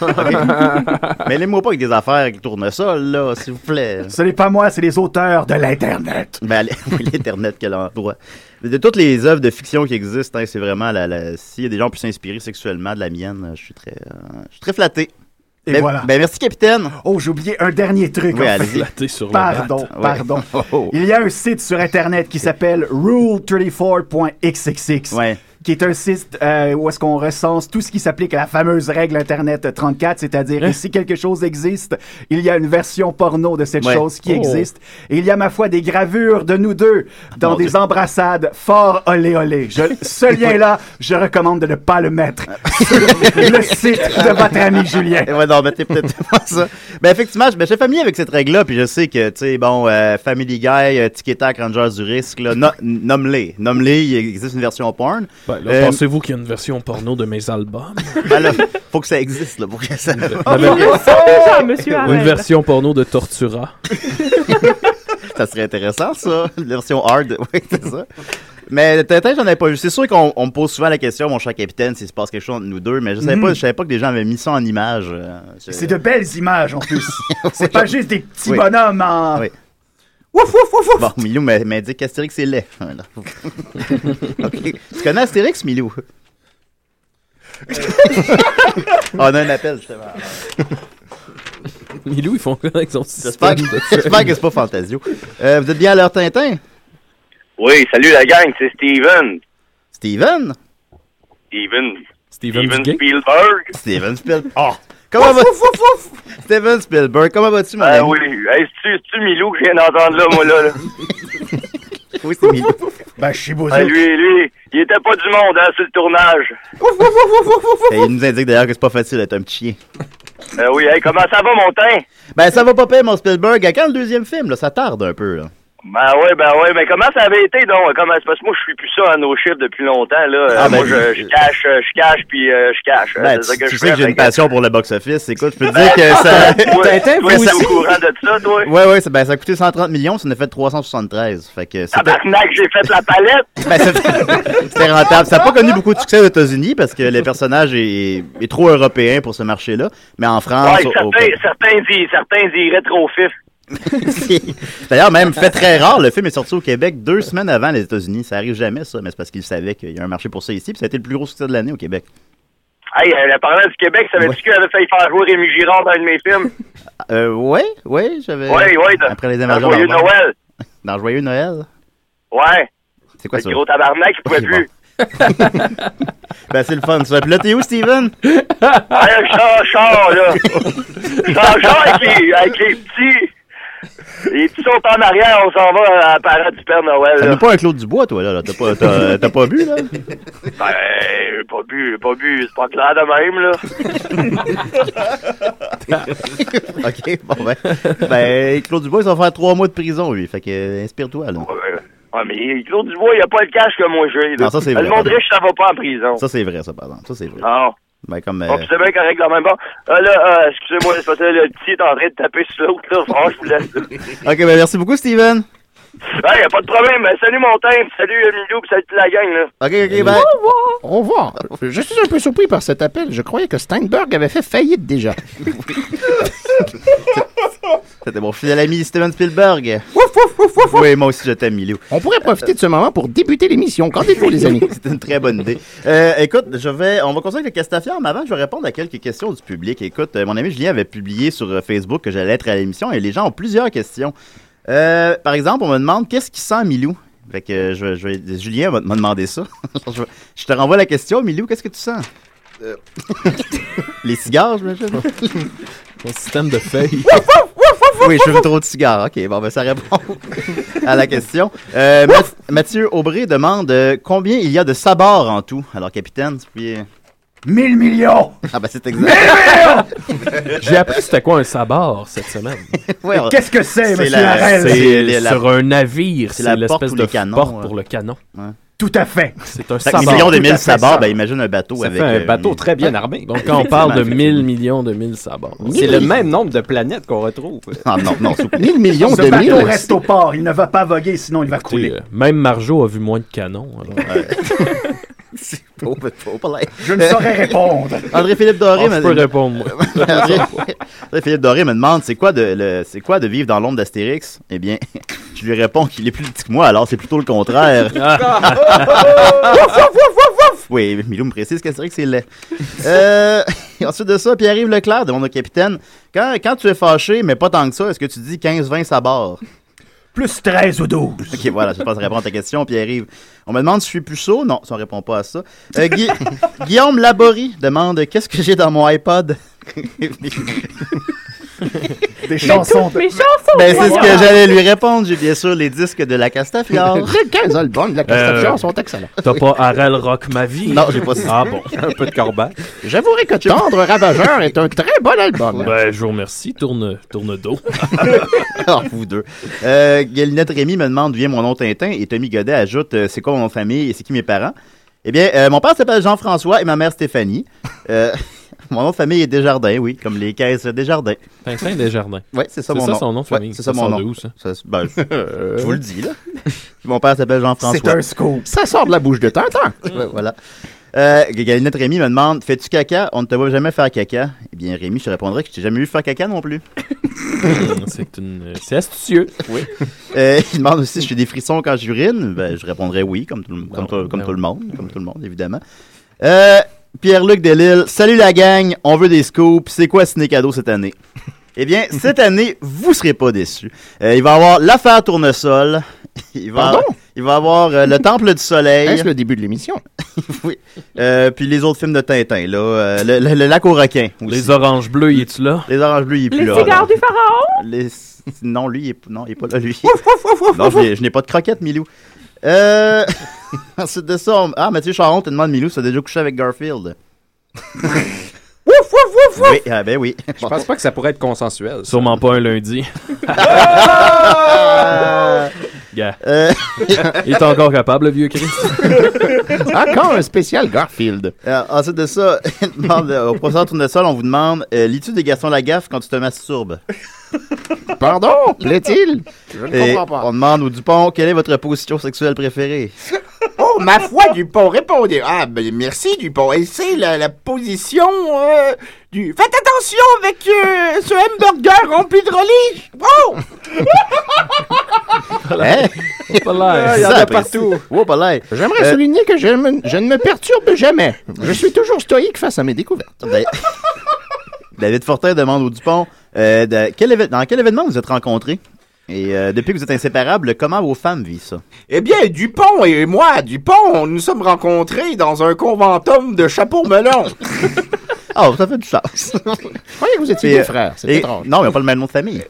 S6: Ok. mêlez-moi pas avec des affaires avec le tournesol, là, s'il vous plaît.
S13: Ce n'est pas moi, c'est les auteurs de l'Internet.
S6: Ben, allez- (laughs) oui, l'Internet, quel endroit. De toutes les œuvres de fiction qui existent, hein, c'est vraiment la. la- S'il y a des gens qui peuvent s'inspirer sexuellement de la mienne, euh, je suis très, euh, je suis très flatté.
S13: Et
S6: Ben-
S13: voilà.
S6: Ben, merci, capitaine.
S13: Oh, j'ai oublié un dernier truc.
S6: Oui,
S13: en
S6: allez-y.
S13: fait.
S6: Flatter sur le
S13: Ah, pardon,
S6: bat. Ouais.
S13: pardon.
S6: (laughs) Oh.
S13: Il y a un site sur Internet qui s'appelle rule34.xxx. Qui est un site euh, où est-ce qu'on recense tout ce qui s'applique à la fameuse règle Internet 34, c'est-à-dire
S8: Hein?
S13: que si quelque chose existe, il y a une version porno de cette
S8: Ouais.
S13: chose qui
S8: Oh.
S13: existe. Et il y a ma foi des gravures de nous deux dans
S8: Mon
S13: des
S8: Dieu.
S13: embrassades fort olé olé. Je, (laughs) ce lien-là, je recommande de ne pas le mettre sur le site de votre ami Julien.
S6: ouais, non, mais t'es peut-être (laughs) pas ça. Ben, effectivement, je ben, je suis familier avec cette règle-là, puis je sais que, tu sais, bon, euh, Family Guy, euh, Tic et Tac, Rangers du risque, là, no- nomme-les. Nomme-les, il existe une version porn.
S7: Ouais, là,
S6: Euh,
S7: Pensez-vous qu'il y a une version porno de mes albums
S6: ben, là, faut que ça existe, là, pour que ça. (laughs)
S7: Ah, mais-
S9: déjà, monsieur
S7: Une
S9: Arel.
S7: version porno de Tortura.
S6: ça serait intéressant, ça. La version hard, (laughs) oui, c'est ça. Mais Tintin, j'en avais pas vu. C'est sûr qu'on on me pose souvent la question, mon cher capitaine, s'il se passe quelque chose entre nous deux, mais je savais,
S13: Mhm.
S6: pas, je savais pas que des gens avaient mis ça en image. euh, sur-
S13: C'est de belles images en plus. C'est pas juste des petits
S6: Oui.
S13: bonhommes en.
S6: Oui.
S13: Ouf, ouf, ouf,
S6: (laughs)
S13: ouf.
S6: Bon, Milou m'a m'a dit qu'Astérix est laid. Voilà. (laughs) Ok. Tu connais Astérix, Milou? On a un appel, justement.
S7: Milou, ils font quoi avec son
S6: J'espère
S7: système?
S6: que j'espère que c'est pas Fantasio. Euh, vous êtes bien à l'heure Tintin?
S16: Oui, salut la gang, c'est Steven.
S6: Steven?
S16: Steven.
S7: Steven,
S16: Spielberg.
S6: Steven Spielberg. Oh! Comment va... Steven Spielberg, comment vas-tu, mon
S16: Ah
S6: ami?
S16: oui, hey, c'est-tu c'est-tu Milou que je viens d'entendre là, moi là? là?
S6: Oui, c'est Milou.
S13: Ben, je suis beau.
S16: Ah, lui, lui, il était pas du monde hein, sur le tournage.
S6: Et il nous indique d'ailleurs que c'est pas facile d'être un petit chien.
S16: Ben oui, hey, comment ça va, mon teint?
S6: Ben, ça va pas pire, mon Spielberg. À quand le deuxième film, là? Ça tarde un peu, là.
S16: Ben oui, ben oui, mais comment ça avait été donc? Comment, c'est parce que moi, je suis plus ça à nos chiffres depuis longtemps, là.
S6: Ah,
S16: Euh,
S6: ben,
S16: moi, je, je cache, euh, je cache, puis euh, je cache. Euh,
S6: Ben,
S16: c'est ça
S6: tu, tu
S16: je
S6: sais que
S16: fais,
S6: j'ai
S16: fait
S6: une passion pour le box-office. Écoute,
S16: (laughs)
S6: je peux te dire que ça...
S16: Toi,
S6: Tintin,
S16: toi,
S6: vous
S16: t'es
S6: aussi.
S16: au courant de ça, toi?
S6: Ouais, ouais, ça, ben, ça a coûté 130 millions, ça en a fait 373. Fait que ben, c'était-
S16: Tabarnak, j'ai fait la palette!
S6: (laughs) c'était rentable. Ça n'a pas connu beaucoup de succès aux États-Unis parce que le personnage est, est trop européen pour ce marché-là. Mais en France,
S16: Ouais,
S6: au- au-
S16: certains, certains, disent, certains diraient trop fif.
S6: (laughs) d'ailleurs, même fait très rare, le film est sorti au Québec deux semaines avant les États-Unis. Ça arrive jamais, ça, mais c'est parce qu'ils savaient qu'il y a un marché pour ça ici. Puis ça a été le plus gros succès de l'année au Québec.
S16: Hey, euh, le parlant du Québec, savais-tu qu'il avait failli faire jouer Rémi Girard dans un de mes films?
S6: Euh, ouais, ouais, j'avais.
S16: Ouais, ouais, dans-
S6: Euh, Après les
S16: dans
S6: Avengers
S16: Joyeux
S6: d'Arvor.
S16: Noël.
S6: Dans Joyeux Noël.
S16: Ouais.
S6: C'est quoi
S16: Le
S6: ça?
S16: gros tabarnak, il pouvait
S6: Ok, bon.
S16: plus.
S6: Ben, c'est le fun, ça. Puis là, t'es où, Steven?
S16: Hey, Char, char,
S6: (laughs)
S16: là. Char, char avec les, avec les petits. Les petits sont en arrière, on s'en va à la parade du Père Noël.
S6: T'as
S8: Euh,
S16: Là.
S6: même pas un Claude Dubois, toi, là. là. T'as pas,
S8: (laughs)
S6: t'as- t'as pas bu, là?
S16: Ben, j'ai pas bu, j'ai pas bu, c'est pas clair de même, là.
S6: OK, bon, ben. Ben, Claude Dubois, il va faire trois mois de prison, lui. Fait que, euh, inspire-toi, là.
S16: ouais, mais Claude Dubois, il a pas le cash que moi j'ai. là.
S6: Non, ça, c'est
S16: Le
S6: vrai.
S16: monde riche, ça va pas en prison.
S6: Ça, c'est vrai, ça, par exemple. Ça, c'est vrai.
S8: Ah.
S16: Non.
S6: Ben, comme. euh,
S16: Bon, puis c'est bien correct, quand même. Bon, Euh, là, euh, excusez-moi, c'est parce que le petit est en train de taper sur l'autre, là. Franchement, je vous laisse.
S6: OK, ben, merci beaucoup, Steven.
S16: Ouais, y a pas de problème. Salut, Montagne, puis salut, Emilio, puis salut toute la gang, là.
S6: OK,
S8: Au revoir. Au revoir. Je suis un peu surpris par cet appel. Je croyais que Steinberg avait fait faillite déjà.
S6: (laughs) C'était mon fidèle ami Steven Spielberg. Oui, moi aussi, je t'aime, Milou.
S8: On pourrait profiter de ce moment pour débuter l'émission. Qu'en dites-vous, les amis?
S6: (laughs) C'est une très bonne idée. Euh, écoute, je vais, on va continuer avec le Castafiore, mais avant, je vais répondre à quelques questions du public. Écoute, euh, mon ami Julien avait publié sur euh, Facebook que j'allais être à l'émission et les gens ont plusieurs questions. Euh, par exemple, on me demande qu'est-ce qui sent Milou Fait que euh, je, vais- je vais- Julien va- m'a demandé ça. (laughs) je, vais- je te renvoie la question, Milou, qu'est-ce que tu sens Euh. (laughs) Les cigares, je Ton système de feuilles. (laughs) oui, je veux trop de cigares. OK, bon, ben ça répond (laughs) à la question. Euh, Math- Mathieu Aubry demande euh, combien il y a de sabords en tout. Alors, capitaine, tu peux...
S13: 1000 millions!
S6: Ah ben c'est exact.
S7: Euh, J'ai appris c'était quoi un sabord cette semaine.
S6: (laughs) Ouais, on-
S13: (laughs) Qu'est-ce que c'est, monsieur
S7: la-
S13: Harel?
S7: C'est
S6: C'est la-
S7: sur un navire,
S6: c'est
S7: c'est
S6: la porte
S7: l'espèce
S6: pour
S7: de
S6: les canons,
S7: porte
S6: ouais.
S7: pour le canon.
S13: Tout à fait.
S7: C'est un
S6: Fait que
S7: sabord.
S6: millions de
S7: Tout à
S6: mille
S7: fait
S6: sabords,
S7: ça.
S6: ben imagine un bateau
S10: Ça
S6: avec...
S10: fait un
S6: euh,
S10: bateau
S6: mille-
S10: très
S8: Hein?
S10: bien armé.
S7: Donc quand on parle de
S6: Effectivement,
S7: 1000 millions de 1000 sabords.
S10: C'est le même nombre de planètes qu'on retrouve.
S6: Ah non, non, s'il vous plaît.
S8: 1000
S6: (laughs)
S13: Ce bateau reste au port. Il ne va pas voguer, sinon il va couler.
S7: euh, Même Marjo a vu moins de canons. alors.
S6: Oh, ben, faut pas l'air.
S13: (laughs) Je ne saurais répondre.
S6: André-Philippe Doré...
S7: Ah, je
S6: m'a-
S7: peux répondre, moi.
S6: (laughs) André- André-Philippe Doré me demande c'est quoi, de, le- c'est quoi de vivre dans l'ombre d'Astérix Eh bien, (laughs) je lui réponds qu'il est plus petit que moi, alors c'est plutôt le contraire. (laughs) Oui, Milou me précise qu'Astérix c'est laid. Euh, (laughs) ensuite de ça, Pierre-Yves Leclerc demande au capitaine quand, quand tu es fâché, mais pas tant que ça, est-ce que tu dis 15-20 sabords
S13: Plus 13 ou 12.
S6: Ok, voilà, je pense répondre à ta question, Pierre-Yves. On me demande si je suis puceau. Non, ça ne répond pas à ça. Euh, (laughs) Gui- Guillaume Laborie demande qu'est-ce que j'ai dans mon iPod
S13: Des chansons de- Mes chansons
S6: Ben, c'est ce
S13: de-
S6: que j'allais lui répondre. J'ai bien sûr les disques de la (laughs) Castafiore.
S8: Les 15 albums de la Castafiore
S7: Euh,
S8: sont excellents.
S7: T'as pas Harel Rock ma vie?
S6: Non, j'ai pas ça.
S11: (laughs)
S7: Ah bon, un peu de corbac.
S8: J'avouerai que Tendre Ravageur est un très bon album.
S7: Ben, je vous remercie. Tourne, tourne dos.
S6: (laughs) Ah, vous deux. Euh, Galinette Rémy me demande d'où vient mon nom Tintin et Tommy Godet ajoute euh, c'est quoi mon nom de famille et c'est qui mes parents. Eh bien, euh, mon père s'appelle Jean-François et ma mère Stéphanie. Euh, (laughs) mon nom de famille est Desjardins, oui, comme les caisses Desjardins.
S7: Tintin Desjardins.
S6: Oui, c'est ça
S7: C'est
S6: mon
S7: ça
S6: nom.
S7: son nom de
S6: Ouais,
S7: famille.
S6: c'est
S7: Ça
S6: ça mon
S7: sort
S6: nom.
S7: de où, ça?
S6: c'est- ben, je,
S7: (laughs)
S6: je vous le dis, là. (laughs) Mon père s'appelle Jean-François.
S8: C'est un
S11: Oh.
S8: scoop. Ça sort de la bouche de Tintin.
S6: Ouais, voilà. Euh, Galinette Rémy me demande Fais-tu caca On ne te voit jamais faire caca. Eh bien, Rémi, je te répondrai que je t'ai jamais vu faire caca non plus.
S7: Hum, c'est une, c'est astucieux.
S6: Oui. Euh, il demande aussi si j'ai des frissons quand j'urine. Ben, je répondrai oui, comme tout, le- comme tout- comme
S7: non.
S6: tout le monde, comme tout le monde, évidemment. Euh, Pierre-Luc Delille, salut la gang, on veut des scoops. C'est quoi Ciné Cadeau cette année? (laughs) Eh bien, cette année, vous serez pas déçus. Euh, il va y avoir l'affaire Tournesol. (laughs) Il va,
S8: Pardon?
S6: il va y avoir euh, le Temple du Soleil.
S8: Est-ce le début de l'émission?
S6: Euh, puis les autres films de Tintin, là. euh, le, le- le lac aux requins.
S7: Les oranges bleues, y es-tu là?
S6: Les oranges bleues, il est plus
S9: Les
S6: là.
S9: cigares du pharaon?
S6: Les- Non, lui, il est... non, il est pas
S9: (laughs)
S6: là, lui. non, je n'ai- je n'ai pas de croquette, Milou. Euh... (laughs) Ensuite de ça, on- ah, Mathieu Charon te demande, Milou, ça a déjà couché avec
S9: (laughs)
S6: Garfield. Oui, ah ben oui.
S10: Je pense pas que ça pourrait être consensuel. ça.
S7: Sûrement pas un lundi. Gars.
S6: Euh,
S7: Il est encore capable, le vieux Chris. (laughs)
S8: Encore un spécial Garfield.
S6: euh, ensuite de ça, (laughs) il demande, euh, au professeur Tournesol, on vous demande, euh, lis-tu des garçons la gaffe quand tu te masturbes?
S8: Pardon? Plaît-il? Je
S6: Et
S8: ne comprends pas.
S6: on demande au Dupont, quelle est votre position sexuelle préférée?
S11: Oh, ma foi, Dupont, répondez. Ah, ben merci, Dupont. Et c'est la, la position euh, du... Faites attention avec euh, ce hamburger rempli de relish. Oh!
S8: (laughs)
S6: Hein?
S7: Pas l'air.
S10: Ah,
S6: C'est
S11: Il y en a
S6: ça, apprécié.
S11: partout.
S6: Oh, pas l'air.
S8: J'aimerais
S6: Euh,
S8: souligner que je, me- je ne me perturbe jamais. Je suis toujours stoïque face à mes découvertes.
S6: (laughs) Da- David Fortin demande au Dupont euh, de- quel évén- dans quel événement vous êtes rencontrés Et euh, depuis que vous êtes inséparables, comment vos femmes vivent ça?
S11: Eh bien, Dupont et moi, Dupont, nous sommes rencontrés dans un conventum de chapeau
S8: (laughs)
S11: melon.
S6: Ah, ça fait du sens.
S11: Je croyais que vous étiez
S6: Et,
S11: des
S6: euh,
S11: frères, (laughs) c'est
S6: et-
S11: étrange.
S6: Non, mais pas le même nom de famille.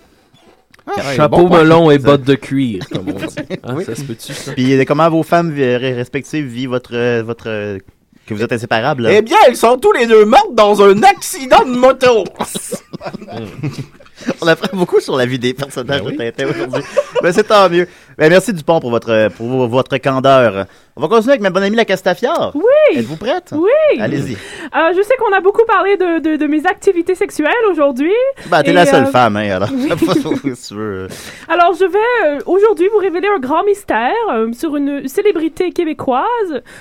S7: Ah,
S11: ouais,
S7: Chapeau
S11: bon point.
S7: melon et
S6: Ça-
S7: bottes de cuir, comme on dit. (laughs) Ah, Ça se peut-tu, ça?
S6: Puis euh, comment vos femmes euh, respectives vivent votre. euh, votre euh, que vous êtes inséparables?
S11: Eh bien, ils sont tous les deux morts dans un accident
S7: (laughs)
S11: de moto.
S6: On apprend beaucoup sur la vie des personnages
S11: Ben
S6: de Tintin aujourd'hui. Mais c'est tant mieux. Ben, merci Dupont pour votre, pour vo- votre candeur. On va continuer avec ma bonne amie la Castafiore.
S9: Oui.
S6: Êtes-vous prête?
S9: Oui.
S6: Allez-y.
S9: Euh, je sais qu'on a beaucoup parlé de, de, de mes activités sexuelles aujourd'hui.
S6: Ben, t'es
S9: Et,
S6: la seule
S9: euh,
S6: femme, hein, alors. (laughs)
S9: oui.
S6: Si tu veux.
S9: Alors, je vais euh, aujourd'hui vous révéler un grand mystère euh, sur une célébrité québécoise,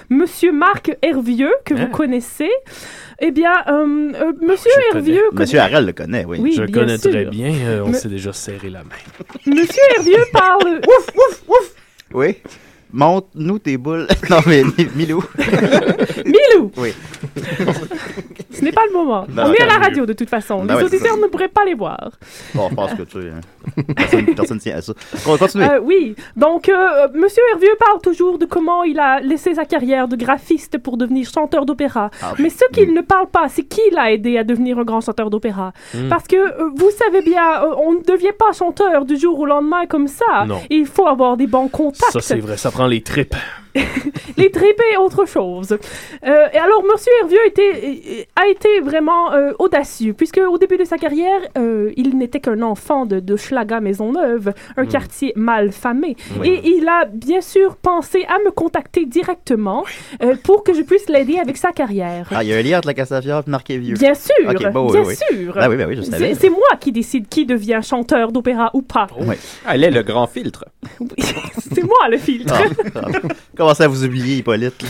S9: Monsieur Marc Hervieux, que
S6: Hein?
S9: vous connaissez. Eh bien, euh, euh, Monsieur Hervieux...
S6: Monsieur Harel le connaît, oui.
S9: Oui,
S7: je
S9: bien
S7: connais
S9: sûr.
S7: très bien. euh, on
S9: Mais-
S7: s'est déjà serré la main.
S9: Monsieur Hervieux parle... ouf, ouf, ouf!
S6: Oui. Montre-nous tes boules. (laughs) Non, mais Mi- Milou.
S9: (laughs) Milou!
S6: Oui.
S9: Ce n'est pas le moment.
S6: Non,
S9: On est à la
S6: tant mieux.
S9: radio, de toute façon.
S6: Ben
S9: Les
S6: ouais, c'est
S9: auditeurs
S6: ça.
S9: ne pourraient pas les voir.
S6: Bon, je pense que tu. hein, Personne, personne tient à ça. On va continuer.
S9: Euh, oui, donc euh, Monsieur Hervieux parle toujours de comment il a laissé sa carrière de graphiste pour devenir chanteur d'opéra.
S17: Ah,
S9: Mais ce qu'il ne parle pas, c'est qui l'a aidé à devenir un grand chanteur d'opéra.
S17: Mm.
S9: Parce que euh, vous savez bien, euh, on ne devient pas chanteur du jour au lendemain comme ça.
S7: Non.
S9: Il faut avoir des bons contacts.
S7: Ça, c'est vrai. Ça prend les tripes.
S9: Les tripes et autre chose. Euh, et alors, Monsieur Hervieux était, a été vraiment euh, audacieux, puisque au début de sa carrière, euh, il n'était qu'un enfant de, de Schlaga Maisonneuve, un
S17: Mm.
S9: quartier mal famé.
S17: Oui.
S9: Et il a bien sûr pensé à me contacter directement euh, pour que je puisse l'aider avec sa carrière.
S6: Ah, il y a un lien entre la Castafiore et Marc Vieux.
S9: Bien sûr,
S6: Ok, bon, oui,
S9: bien
S6: oui.
S9: sûr.
S6: Ah oui, ben oui, je savais.
S9: C'est- C'est moi qui décide qui devient chanteur d'opéra ou pas.
S10: Ah, Elle est le grand filtre.
S9: C'est moi le filtre.
S6: Ah, ah. Commencez à vous
S9: (laughs)
S6: oublier, Hippolyte.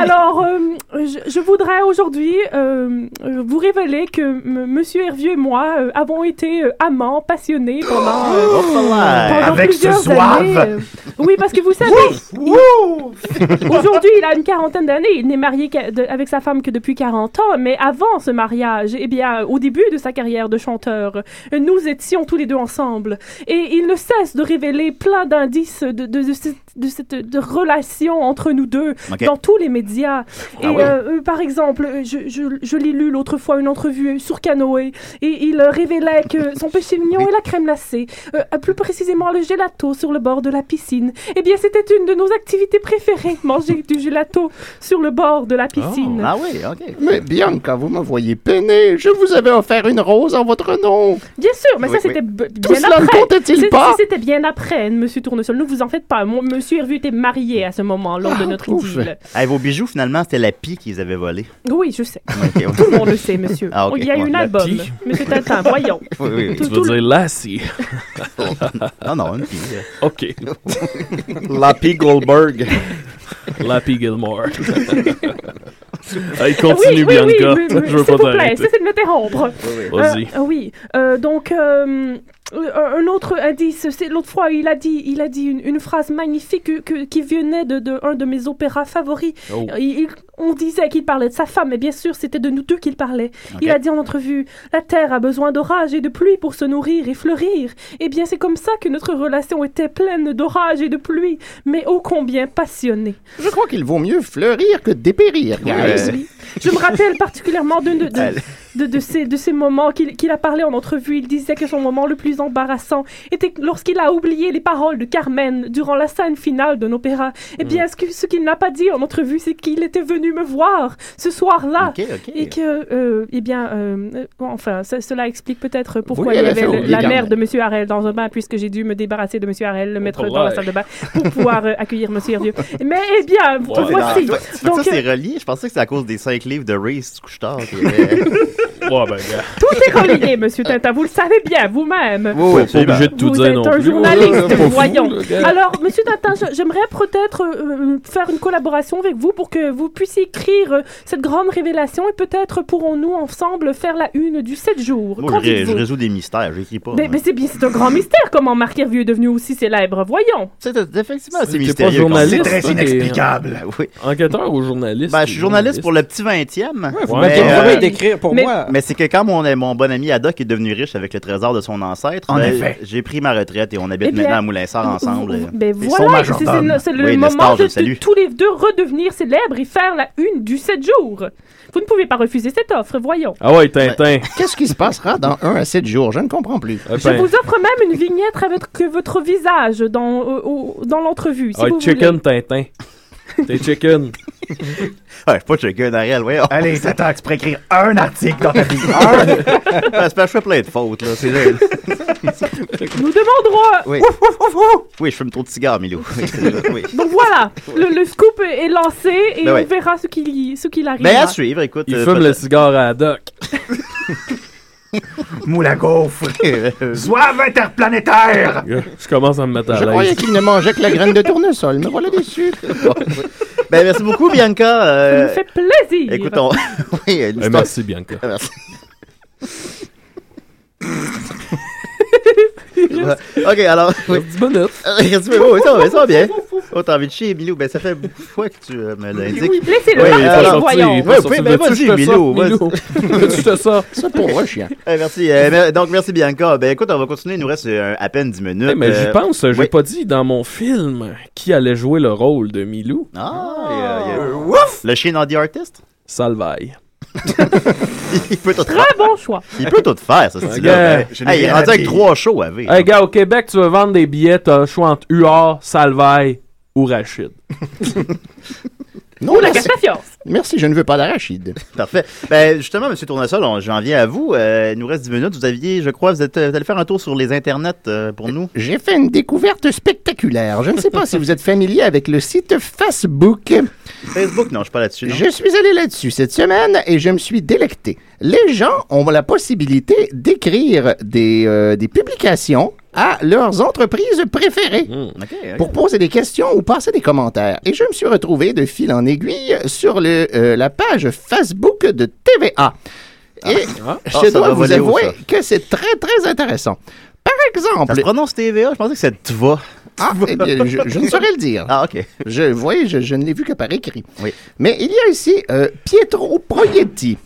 S9: Alors, euh, je, je voudrais aujourd'hui euh, euh, vous révéler que M. Monsieur Hervieux et moi euh, avons été euh, amants, passionnés pendant, euh,
S6: Oh, ouais.
S9: pendant
S6: Avec ce
S9: plusieurs
S6: zouave.
S9: années. euh, oui, parce que vous savez, il- (laughs) aujourd'hui, il a une quarantaine d'années. Il n'est marié qu'à- de- avec sa femme que depuis 40 ans. Mais avant ce mariage, eh bien, au début de sa carrière de chanteur, euh, nous étions tous les deux ensemble. Et il ne cesse de révéler plein d'indices de, de- de cette- de cette de relation entre nous deux
S17: Ok.
S9: dans tous les médias. Et
S17: Ah oui.
S9: euh, euh, par exemple, euh, je, je, je l'ai lu l'autre fois une entrevue sur Canoë et il euh, révélait
S7: (laughs)
S9: que son péché mignon et la crème glacée, euh, euh, plus précisément le gelato sur le bord de la piscine, eh bien c'était une de nos activités préférées,
S7: (laughs)
S9: manger du gelato sur le bord de la
S7: Oh,
S9: piscine.
S6: ah oui, ok.
S8: Mais Bianca, vous me voyez peiner. Je vous avais offert une rose en votre nom.
S9: Bien sûr, mais
S8: Oui,
S9: ça
S8: oui.
S9: c'était b-
S8: Tout
S9: bien
S8: cela ne
S9: après.
S8: comptait-il
S9: C'est-
S8: pas
S9: c'est- C'était bien après, Monsieur Tournesol. Ne vous en faites pas. Mon- Monsieur Hervu était marié à ce moment lors de notre idylle.
S6: Eh, vos bijoux, finalement, c'était la pie qu'ils avaient volée.
S9: Oui, je sais.
S6: Ok, ouais.
S9: Tout le monde le sait, Monsieur.
S6: Ah, ok,
S9: Oh, Il y a
S6: ouais.
S9: eu un
S6: La
S9: album,
S6: pie.
S9: Monsieur Tintin. Voyons.
S6: Oui, oui, oui.
S9: Tout-
S7: Tu
S9: tout
S7: veux
S9: le-
S7: dire Lassie.
S6: non, non, une pie.
S9: Euh,
S7: OK.
S10: Lappy Goldberg.
S7: Lappy Gilmore. Allez, continue,
S9: oui, oui,
S7: Bianca.
S9: oui, oui,
S7: (laughs) Je veux
S9: s'il
S7: pas
S9: vous plaît,
S7: t'arrêter.
S9: cessez de m'interrompre.
S7: oui.
S9: Euh,
S7: Vas-y.
S9: euh, oui, euh, donc euh, euh, un autre indice, c'est l'autre fois il a dit, il a dit une, une phrase magnifique que- que- qui venait de, de un de mes opéras favoris.
S17: Oh.
S9: Il- il- on disait qu'il parlait de sa femme, mais bien sûr c'était de nous deux qu'il parlait. Il
S17: Ok.
S9: a dit en entrevue, la terre a besoin d'orage et de pluie pour se nourrir et fleurir. Eh bien c'est comme ça que notre relation était pleine d'orage et de pluie, mais ô combien passionnée.
S8: Je crois qu'il vaut mieux fleurir que dépérir, guys.
S9: Oui. Je me rappelle particulièrement d'une de, de, de, de ces, de ces moments qu'il qu'il a parlé en entrevue. Il disait que son moment le plus embarrassant était lorsqu'il a oublié les paroles de Carmen durant la scène finale d'un opéra. Eh bien, ce que- ce qu'il n'a pas dit en entrevue, c'est qu'il était venu me voir ce soir-là.
S17: Ok, ok.
S9: Ah, Et que, euh, eh bien, euh, euh, enfin, ce- cela explique peut-être pourquoi
S17: Oui,
S9: il y
S17: elle a
S9: avait
S10: Oh,
S17: fait
S9: le-
S17: oublier
S9: la
S17: Carmen.
S9: mère de Monsieur Harel dans un bain, puisque j'ai dû me débarrasser de Monsieur Harel, le mettre
S17: Oh,
S9: dans la
S17: ouais.
S9: salle de bain pour pouvoir euh, accueillir Monsieur Hervieux. Mais, eh bien,
S6: Ouais,
S9: voici.
S6: non, fait- fait que
S9: Donc,
S6: ça,
S9: euh,
S6: c'est relié. Je pensais que c'était à cause des cinq livres de Reese du couche-tard.
S9: (laughs)
S6: qui avaient-
S7: Ouais, ben, gars.
S9: Tout est relié, monsieur Tintin, vous le savez bien vous-même.
S7: Oui, oui, Faut pas absolument. obligé de tout
S9: vous
S7: dire
S9: êtes
S7: non
S9: un
S7: plus. Ouais,
S9: journaliste,
S7: pas fou,
S9: voyons.
S7: le gars.
S9: Alors, monsieur Tintin, je- j'aimerais peut-être euh, euh, faire une collaboration avec vous pour que vous puissiez écrire euh, cette grande révélation et peut-être pourrons-nous ensemble faire la une du 7 jours.
S6: Moi,
S9: Qu'en
S6: je, ré-
S9: dites-vous
S6: je résous des mystères. J'écris pas. hein.
S9: mais, mais c'est bien, c'est un grand mystère comment Marc Hervieux est devenu aussi célèbre, voyons.
S6: C'est effectivement
S7: T'es
S6: c'est mystérieux.
S7: pas journaliste.
S6: C'est
S9: euh,
S6: très
S7: toi, t'es-
S6: inexplicable. Oui.
S7: Enquêteur ou journaliste?
S6: Ben, je suis journaliste pour le petit 20e.
S7: faut mettre le
S6: euh,
S7: travail d'écrire pour Mais- moi.
S6: Mais mais c'est que quand mon, mon bon ami Haddock est devenu riche avec le trésor de son ancêtre,
S9: En
S6: ben,
S9: effet.
S6: j'ai pris ma retraite et on habite
S9: Eh bien,
S6: maintenant à Moulinsart ensemble.
S9: vous-
S6: Et-
S9: Ben
S6: Ils sont
S9: voilà, c'est- c'est
S6: majordomes.
S9: le- c'est le
S6: Oui,
S9: moment
S6: Nestor, je
S9: de,
S6: le salue.
S9: de tous les deux redevenir célèbres et faire la une du 7 jours. Vous ne pouvez pas refuser cette offre, voyons.
S7: Ah ouais, Tintin.
S8: Qu'est-ce qui se passera dans un à sept jours? Je ne comprends plus.
S7: Eh
S9: Je
S7: ben,
S9: vous offre même une vignette avec que votre visage dans, au- au- dans l'entrevue. Si
S7: Ah,
S9: vous
S10: (laughs)
S7: chicken, Tintin. T'es chicken.
S6: (laughs) ouais, je suis pas chicken, Ariel, voyons.
S13: Allez, ça tente, tu pourrais écrire un article dans
S6: (laughs)
S13: ta vie.
S6: Ben, c'est parce que je fais plein de fautes, là. C'est
S8: (laughs)
S6: vrai.
S9: voulez. Nous demanderons. euh,
S6: Oui.
S9: Ouf, ouf, ouf, ouf.
S6: Oui, je fume trop de cigares, Milou. Oui, c'est vrai, oui.
S9: Donc
S7: (laughs)
S9: voilà, le, le scoop est est lancé et
S6: Ben ouais.
S9: on verra ce qu'il y- ce qu'il arrive. Ah.
S6: Ben, à suivre, écoute.
S7: Il
S6: euh,
S7: fume le
S6: peut-être-
S7: cigare à Doc.
S13: Moule à gaufre.
S6: (laughs)
S13: Zouave interplanétaire.
S7: Je commence à me
S9: Ah,
S7: mettre à
S8: Je croyais
S7: l'aise.
S8: qu'il ne mangeait que la graine de tournesol, mais voilà déçu.
S6: (laughs) Ben, merci beaucoup, Bianca. euh,
S9: Ça me fait plaisir.
S6: Écoute, on... (laughs) oui, une
S7: Eh,
S6: histoire-
S7: merci, Bianca.
S8: (laughs)
S6: Ah, Merci. ok, alors. Oui. (laughs)
S7: 10 minutes.
S6: oui, ça va, ça va bien. Oh, t'as envie de chier, Emilou. Ben, ça fait beaucoup de fois que tu euh, me l'indiques.
S9: Oui, laissez-le.
S6: Oui,
S9: Il est pas
S6: alors-
S9: sorti, il est
S6: Ouais,
S9: pas
S6: ouais,
S9: sorti. Veux-tu
S6: ben, vas-y,
S9: que je te
S6: Emilou,
S9: sorte,
S8: (laughs)
S6: vas-y.
S7: Tu te sors.
S8: Ça pour moi, chien.
S6: Eh, merci. euh, mer- donc, merci, Bianca. Ben, écoute, on va continuer. Il nous reste euh, à peine 10 minutes.
S7: Eh, mais j'y
S6: Euh,
S7: pense, j'ai
S6: oui.
S7: pas dit dans mon film qui allait jouer le rôle de Milou.
S6: Ah, et, euh, il y a- Le chien dans The Artist? (laughs)
S7: Salvaille.
S6: il peut tout faire.
S9: Très bon choix.
S6: Il peut tout faire, ce style-là.
S7: Regarde,
S6: Hey,
S7: je
S6: hey, il
S7: l'ai
S6: est rendu avec
S7: habillé.
S6: trois shows à V.
S7: Hey, gars, au Québec, tu veux vendre des billets, t'as le choix entre UR, Salvaille ou Rachid.
S8: Non,
S9: la
S8: merci.
S9: castafiore.
S8: Merci, je ne veux pas d'arachide.
S6: Parfait. Ben, justement, M. Tournesol, on- j'en viens à vous. Euh, il nous reste 10 minutes. Vous aviez, je crois, vous, êtes, euh, vous allez faire un tour sur les internets euh, pour nous.
S8: J'ai fait une découverte spectaculaire. Je ne sais pas si vous êtes familier avec le site Facebook.
S6: Facebook, non, je suis pas là-dessus. non.
S8: Je suis allé là-dessus cette semaine et je me suis délecté. Les gens ont la possibilité d'écrire des, euh, des publications à leurs entreprises préférées
S6: OK, ok.
S8: pour poser des questions ou passer des commentaires. Et je me suis retrouvé de fil en aiguille sur le, euh, la page Facebook de TVA. Et
S6: Ah.
S8: je
S6: Ah, ça va
S8: dois vous
S6: voler haut,
S8: avouer
S6: ça.
S8: que c'est très, très intéressant. Par exemple...
S6: Ça se prononce TVA? Je pensais que c'était TVA.
S8: Ah, eh bien, je, je ne saurais le dire.
S6: Ah, OK.
S8: Je, vous voyez, je, je ne l'ai vu que par écrit.
S6: (laughs) Oui.
S8: Mais il y a ici euh, Pietro Proietti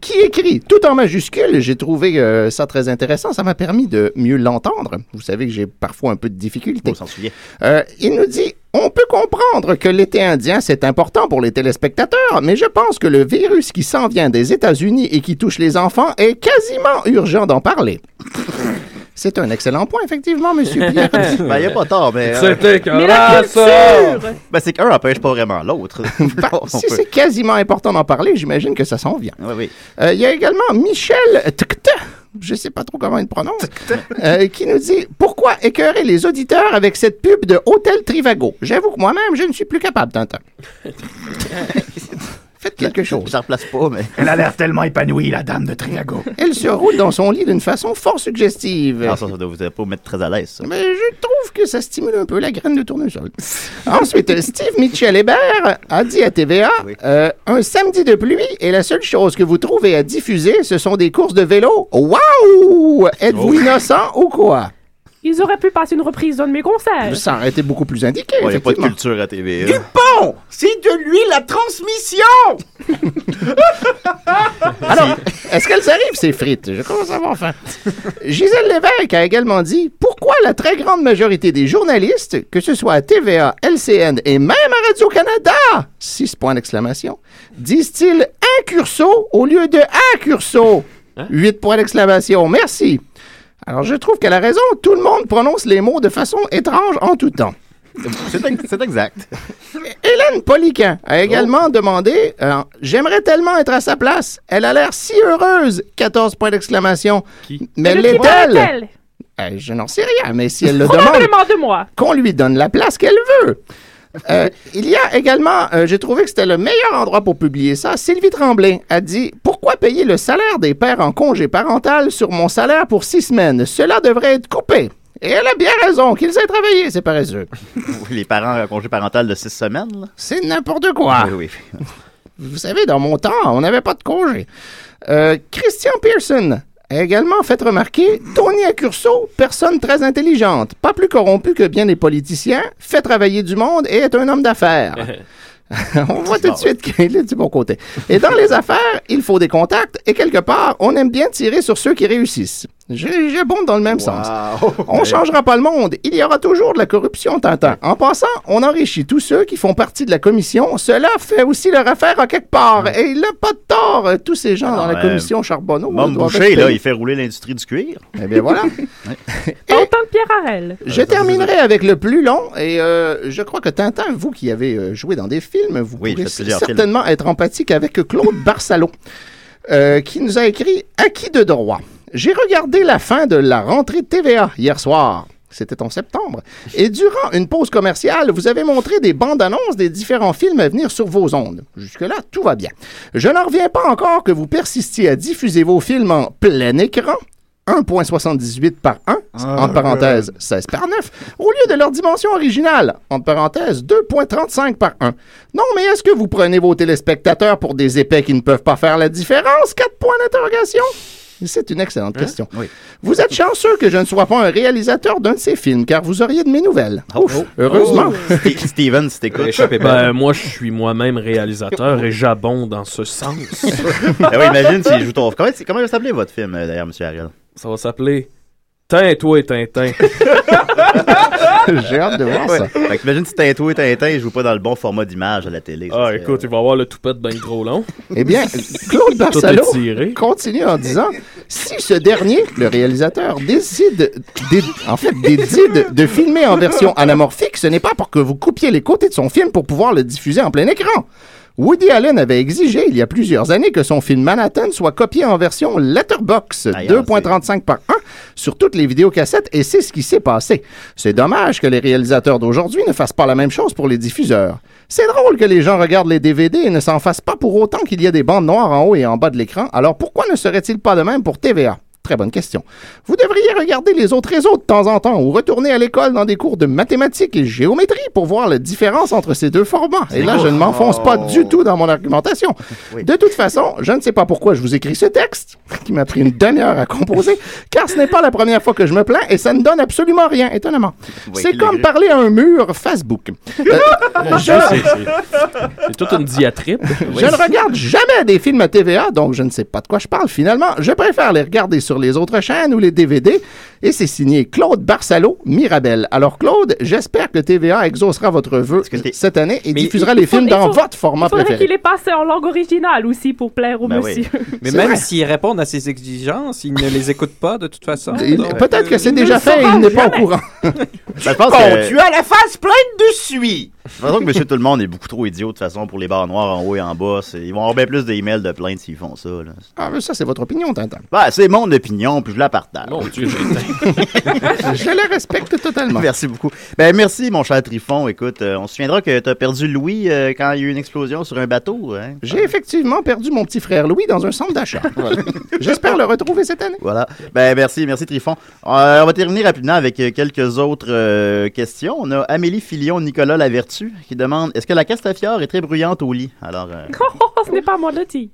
S8: qui écrit tout en majuscule. J'ai trouvé euh, ça très intéressant. Ça m'a permis de mieux l'entendre. Vous savez que j'ai parfois un peu de difficulté.
S6: On s'en souvient.
S8: Euh, il nous dit On peut comprendre que l'été indien, c'est important pour les téléspectateurs, mais je pense que le virus qui s'en vient des États-Unis et qui touche les enfants est quasiment urgent d'en parler. C'est un excellent point,
S6: (laughs)
S8: effectivement, monsieur Pierre.
S9: Euh.
S7: (laughs)
S6: ben, il a pas tort, mais. euh,
S7: C'était
S9: Mais la
S7: écœurant, ça!
S9: culture!
S6: ben, c'est qu'un empêche pas vraiment l'autre.
S8: (laughs) Ben,
S6: On
S8: si
S6: peut-
S8: c'est quasiment important d'en parler, j'imagine que ça s'en vient.
S6: Oui, oui.
S8: Euh, Il y a également Michel Tct, je sais pas trop comment il prononce, euh, qui nous dit Pourquoi écœurer les auditeurs avec cette pub de Hôtel Trivago J'avoue que moi-même, je ne suis plus capable
S6: (laughs)
S8: d'entendre. Faites quelque chose.
S6: Je ne replace pas,
S8: (laughs)
S6: mais.
S13: Elle a l'air tellement épanouie, la dame de Triago.
S8: Elle se roule dans son lit d'une façon fort suggestive.
S6: Ah, ça, ça doit vous pas vous mettre très à l'aise, ça.
S8: Mais je trouve que ça stimule un peu la graine de tournesol. Ensuite, euh, Steve Mitchell Hébert a dit à TVA euh, Un samedi de pluie et la seule chose que vous trouvez à diffuser, ce sont des courses de vélo. Waouh Êtes-vous innocent ou quoi
S9: Ils auraient pu passer une reprise d'un de mes concerts.
S8: Ça aurait été beaucoup plus indiqué.
S6: Il n'y a pas de
S8: effectivement.
S6: culture à TVA.
S8: (laughs)
S11: Dupont, c'est de lui la transmission.
S8: Alors, est-ce qu'elles arrivent, ces frites Je commence à avoir faim. (laughs) Gisèle Lévesque a également dit Pourquoi la très grande majorité des journalistes, que ce soit à TVA, LCN et même à Radio-Canada, 6 points d'exclamation, disent-ils un curso au lieu de un curso 8 points d'exclamation. Merci. Alors, je trouve qu'elle a raison. Tout le monde prononce les mots de façon étrange en tout temps.
S6: C'est ex- c'est exact.
S8: Hélène (laughs) Poliquin a également demandé euh, J'aimerais tellement être à sa place. Elle a l'air si heureuse 14 points d'exclamation. Mais
S9: Le petit
S8: l'est-elle
S9: bordel.
S8: Euh, Je n'en sais rien, mais si elle le demande,
S9: Probablement de moi.
S8: qu'on lui donne la place qu'elle veut.
S9: (laughs)
S8: Euh, il y a également, euh, j'ai trouvé que c'était le meilleur endroit pour publier ça. Sylvie Tremblay a dit Pourquoi payer le salaire des pères en congé parental sur mon salaire pour six semaines Cela devrait être coupé. Et elle a bien raison qu'ils aient travaillé, c'est paresseux.
S6: (laughs) Les parents à congé parental de six semaines, là.
S8: C'est n'importe quoi.
S6: Oui, oui.
S8: Vous savez, dans mon temps, on n'avait pas de congé. Euh, Christian Pearson a également fait remarquer Tony Accurso, personne très intelligente, pas plus corrompue que bien les politiciens, fait travailler du monde et est un homme d'affaires. on voit tout de suite qu'il est du bon côté. Et dans les affaires, il faut des contacts et quelque part, on aime bien tirer sur ceux qui réussissent. J'ai j'ai bon dans le même sens. On changera pas le monde. Il y aura toujours de la corruption, t'entends. En passant, on enrichit tous ceux qui font partie de la commission. Cela fait aussi leur affaire à quelque part. Et il a pas de tort. Tous ces gens dans la
S6: euh,
S8: commission Charbonneau.
S6: Bob
S8: doivent être
S6: Boucher, là,
S8: payés.
S6: il fait rouler l'industrie du cuir.
S8: Eh
S6: (laughs)
S8: bien, voilà.
S9: Entendre Pierre Harel.
S8: Je terminerai avec le plus long et euh, je crois que Tintin, vous qui avez euh, joué dans des films, vous
S6: Oui,
S8: pourrez
S6: j'ai fait plusieurs
S8: certainement être empathique avec
S6: (laughs)
S8: Claude Barcelot, euh, qui nous a écrit Acquis de droit. J'ai regardé la fin de la rentrée de TVA hier soir. C'était en septembre. Et durant une pause commerciale, vous avez montré des bandes annonces des différents films à venir sur vos ondes. Jusque-là, tout va bien. Je n'en reviens pas encore que vous persistiez à diffuser vos films en plein écran. 1.78 par 1, en parenthèse 16 par 9, au lieu de leur dimension originale, en parenthèse 2.35 par 1. Non, mais est-ce que vous prenez vos téléspectateurs pour des épais qui ne peuvent pas faire la différence? 4 points d'interrogation. C'est une excellente
S7: Hein?
S8: question. Vous êtes chanceux que je ne sois pas un réalisateur d'un de ces films, car vous auriez de mes nouvelles.
S7: Ah, oh.
S8: Ouf, heureusement.
S6: Oh, Steven, si t'écoutes.
S8: (laughs)
S7: Ben, moi, je suis moi-même réalisateur et j'abonde dans ce sens.
S6: Ben oui, imagine s'il joue ton. Comment, comment va s'appeler votre film, euh, d'ailleurs, M. Ariel
S7: Ça va s'appeler Tintin, toi et Tintin.
S8: (laughs) J'ai hâte de voir ça.
S6: Ah, Fait que imagine si Tintin et Tintin, ils jouent pas dans le bon format d'image à la télé. ça
S7: Ah,
S6: serait-
S7: écoute, il va avoir le toupette ben trop long.
S8: Eh bien, Claude Barcelot
S7: Tout est tiré.
S8: continue en disant si ce dernier, le réalisateur, décide, dé- en fait, décide de filmer en version anamorphique, ce n'est pas pour que vous coupiez les côtés de son film pour pouvoir le diffuser en plein écran. Woody Allen avait exigé il y a plusieurs années que son film Manhattan soit copié en version letterbox 2.35 par 1 sur toutes les vidéocassettes et c'est ce qui s'est passé. C'est dommage que les réalisateurs d'aujourd'hui ne fassent pas la même chose pour les diffuseurs. C'est drôle que les gens regardent les DVD et ne s'en fassent pas pour autant qu'il y a des bandes noires en haut et en bas de l'écran. Alors pourquoi ne serait-il pas de même pour TVA? Très bonne question. Vous devriez regarder les autres réseaux de temps en temps ou retourner à l'école dans des cours de mathématiques et géométrie pour voir la différence entre ces deux formats. Et là, je ne m'enfonce pas du tout dans mon argumentation. De toute façon, je ne sais pas pourquoi je vous écris ce texte, qui m'a pris une demi-heure à composer, car ce n'est pas la première fois que je me plains et ça ne donne absolument rien, étonnamment.
S7: Oui,
S8: C'est
S7: les
S8: comme
S7: rues.
S8: parler à un mur Facebook.
S7: (laughs)
S8: Euh,
S7: Mon Dieu, c'est- c'est- C'est toute une diatribe.
S8: je ne regarde jamais des films à TVA, donc je ne sais pas de quoi je parle finalement. Je préfère les regarder sur les autres chaînes ou les DVD. Et c'est signé Claude Barcelot, Mirabel. Alors Claude, j'espère que TVA exaucera votre vœu cette année et diffusera les
S9: Il faut-
S8: films
S9: il
S8: dans
S9: faut-
S8: votre format
S9: Il faudrait
S8: préféré.
S9: qu'il les passe en langue originale aussi pour plaire au
S8: Ben oui.
S9: monsieur.
S10: Mais
S8: C'est vrai.
S10: même s'ils répondent à ses exigences, ils ne les écoutent pas de toute façon.
S8: Il-
S10: donc,
S8: Peut-être que
S10: euh,
S8: c'est
S10: ils
S8: déjà
S10: ne
S8: fait et
S10: sauront
S8: il n'est pas au
S10: jamais.
S8: courant.
S6: Ben, je pense
S10: Bon,
S6: que.
S10: tu as la face pleine de suie.
S6: Je pense que M. Tout-le-Monde est beaucoup trop idiot, de toute façon, pour les barres noires en haut et en bas. C'est- Ils vont avoir bien plus d'emails de plaintes s'ils font ça. Là.
S8: Ah, mais ça, c'est votre opinion, Tintin.
S6: Ben, c'est mon opinion, puis je la partage. Mon
S7: Dieu,
S8: Je la respecte totalement.
S6: (laughs) Merci beaucoup. Ben, merci, mon cher Trifon. Écoute, euh, on se souviendra que tu as perdu Louis euh, quand il y a eu une explosion sur un bateau. Hein?
S8: J'ai effectivement perdu mon petit frère Louis dans un centre
S6: (laughs)
S8: d'achat. (laughs) J'espère le retrouver cette année.
S6: Voilà. Ben, merci, merci Trifon. Euh, on va terminer rapidement avec euh, quelques autres euh, questions. On a Amélie Filion, Nicolas Lavertu, qui demande Est-ce que la castafiore est très bruyante au lit Alors, euh,
S9: Oh, ce n'est pas mon outil.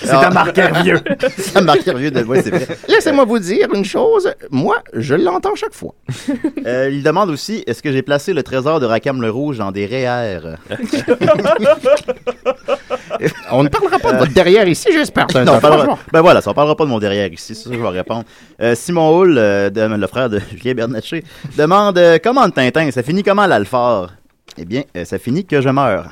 S6: C'est
S8: à Marc Hervieux. (laughs)
S6: à Marc Hervieux de ouais, c'est vrai.
S8: Laissez-moi vous dire une chose. Moi, je l'entends chaque fois.
S6: (laughs) Euh, il demande aussi est-ce que j'ai placé le trésor de Racam le Rouge dans des E REER
S8: (laughs) On ne parlera pas de votre derrière ici, j'espère.
S6: Non,
S8: Tintin,
S6: on parlera-
S8: franchement.
S6: ben voilà, ça, on parlera pas de mon derrière ici, c'est ça que je vais répondre. Euh, Simon Hull, euh, de- le frère de (laughs) Julien Bernatchez, demande euh, comment Tintin, ça finit comment l'Alfort Eh bien, euh, ça finit que je meurs.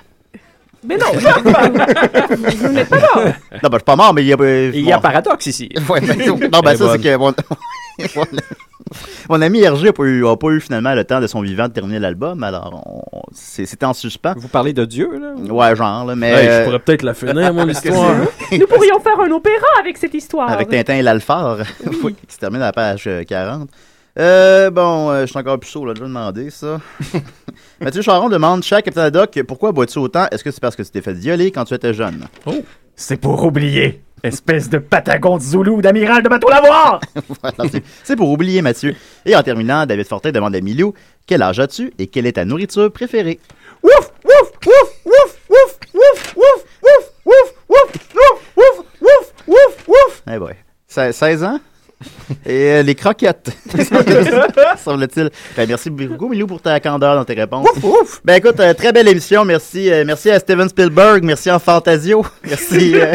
S9: Mais non,
S6: (laughs) Vous n'êtes pas mort Non, ben je suis pas mort, mais il y a. il y a
S10: paradoxe
S7: (laughs)
S10: ici. (laughs)
S6: non, ben
S10: Elle est
S6: ça, c'est
S10: bonne.
S6: que. Mon... mon- (laughs) mon ami Hergé n'a pas, eu- a pas eu finalement le temps de son vivant de terminer l'album, alors on- c'est- c'était en suspens. Vous
S10: parlez de Dieu, là
S6: Ouais, genre, là, mais.
S7: Hey,
S6: euh,
S7: je pourrais peut-être la finir,
S13: (laughs)
S7: mon
S6: Parce que
S7: histoire.
S9: (laughs) Nous pourrions faire un opéra avec cette histoire.
S6: Avec Tintin et (laughs) l'Alfar, Oui, qui se termine à la page euh, 40. Euh, bon, euh, je suis encore plus chaud, là, je vais demander ça. (laughs) Mathieu Charon demande, cher Captain Haddock, pourquoi bois-tu autant? Est-ce que c'est parce que tu t'es fait violer quand tu étais jeune?
S13: C'est pour oublier, espèce de patagon de zoulou d'amiral de bateau lavoir!
S6: (laughs) Voilà, c'est- c'est pour oublier, Mathieu. Et en terminant, David Fortin demande à Milou, quel âge as-tu et quelle est ta nourriture préférée?
S15: Ouf, ouf, ouf, ouf, ouf, ouf, ouf, ouf, ouf, ouf, ouf, ouf, ouf, ouf, ouf.
S6: Eh boy. Se- 16 ans? Et euh, les croquettes, semble-t-il. Ben, merci beaucoup, Milou, pour ta candeur dans tes réponses. Ben écoute, euh, très belle émission. Merci, euh, merci à Steven Spielberg. Merci à Fantasio. Merci euh,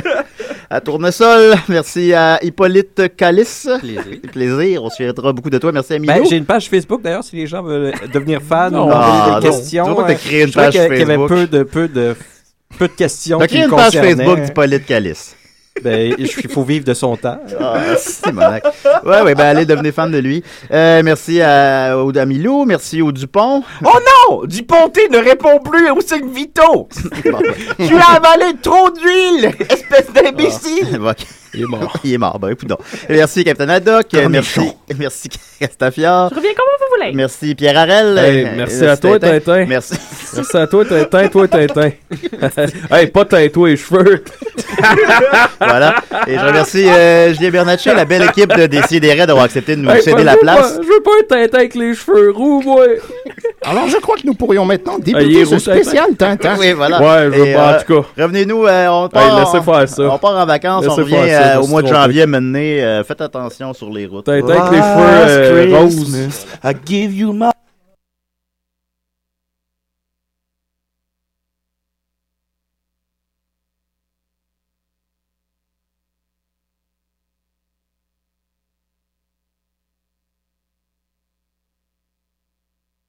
S6: à Tournesol. Merci à Hippolyte Calis. (laughs) Plaisir. On se souviendra beaucoup de toi. Merci à Milou.
S10: Ben, j'ai une page Facebook d'ailleurs si les gens veulent devenir fans
S6: Non.
S10: ou envoyer
S6: Ah,
S10: des
S6: non.
S10: questions.
S6: Toi, t'as
S10: euh,
S6: créé une
S10: je trouvais
S6: page
S10: qu'il y a- qu'il y avait
S6: Facebook.
S10: peu de peu de peu de questions.
S6: T'as
S10: qui
S6: créé
S10: me
S6: une page
S10: concernaient.
S6: Facebook d'Hippolyte Calis.
S10: Ben, il faut vivre de son temps.
S6: Ah, si, monac. Ouais, ouais, ben allez, devenez fan de lui. Euh, merci à, au- à Milou, merci au Dupont.
S11: (laughs) Oh non! Duponté ne répond plus au signe Vito! tu as avalé trop d'huile, espèce
S7: Ah,
S11: d'imbécile!
S6: Il est mort. Il est mort, ben écoute donc. Merci Capitaine Haddock,
S10: Comme
S6: merci, merci Castafiore.
S9: Je reviens comme vous voulez.
S6: Merci Pierre Harel.
S7: Hey,
S6: Euh,
S7: merci à toi, Tintin.
S6: Merci.
S7: Merci à toi, Tintin, toi, Tintin. (laughs) hey, pas Tintin, les cheveux.
S6: voilà. Et je remercie euh, Julien Bernatchez, la belle équipe de Décideret d'avoir accepté de nous
S7: Hey,
S6: céder
S7: ben,
S6: la
S7: je veux
S6: place.
S7: pas- je veux pas un Tintin avec les cheveux roux, moi.
S8: Alors, je crois que nous pourrions maintenant
S7: Ah, il est
S8: débuter ce
S7: roux, Tintin.
S8: spécial Tintin.
S6: Oui, voilà.
S7: Ouais, je veux
S6: Et,
S7: pas, en
S6: euh,
S7: tout cas.
S6: Revenez-nous, euh, on part.
S7: Hey, laissez
S6: on-
S7: faire ça.
S6: On part en vacances, on
S7: Laissez
S6: revient
S7: faire ça,
S6: euh,
S7: je me
S6: au
S7: suis
S6: mois de
S7: trompé.
S6: janvier, euh, maintenant. faites attention sur les routes.
S13: Ah,
S7: Tintin avec les cheveux euh, roses.
S12: I give you my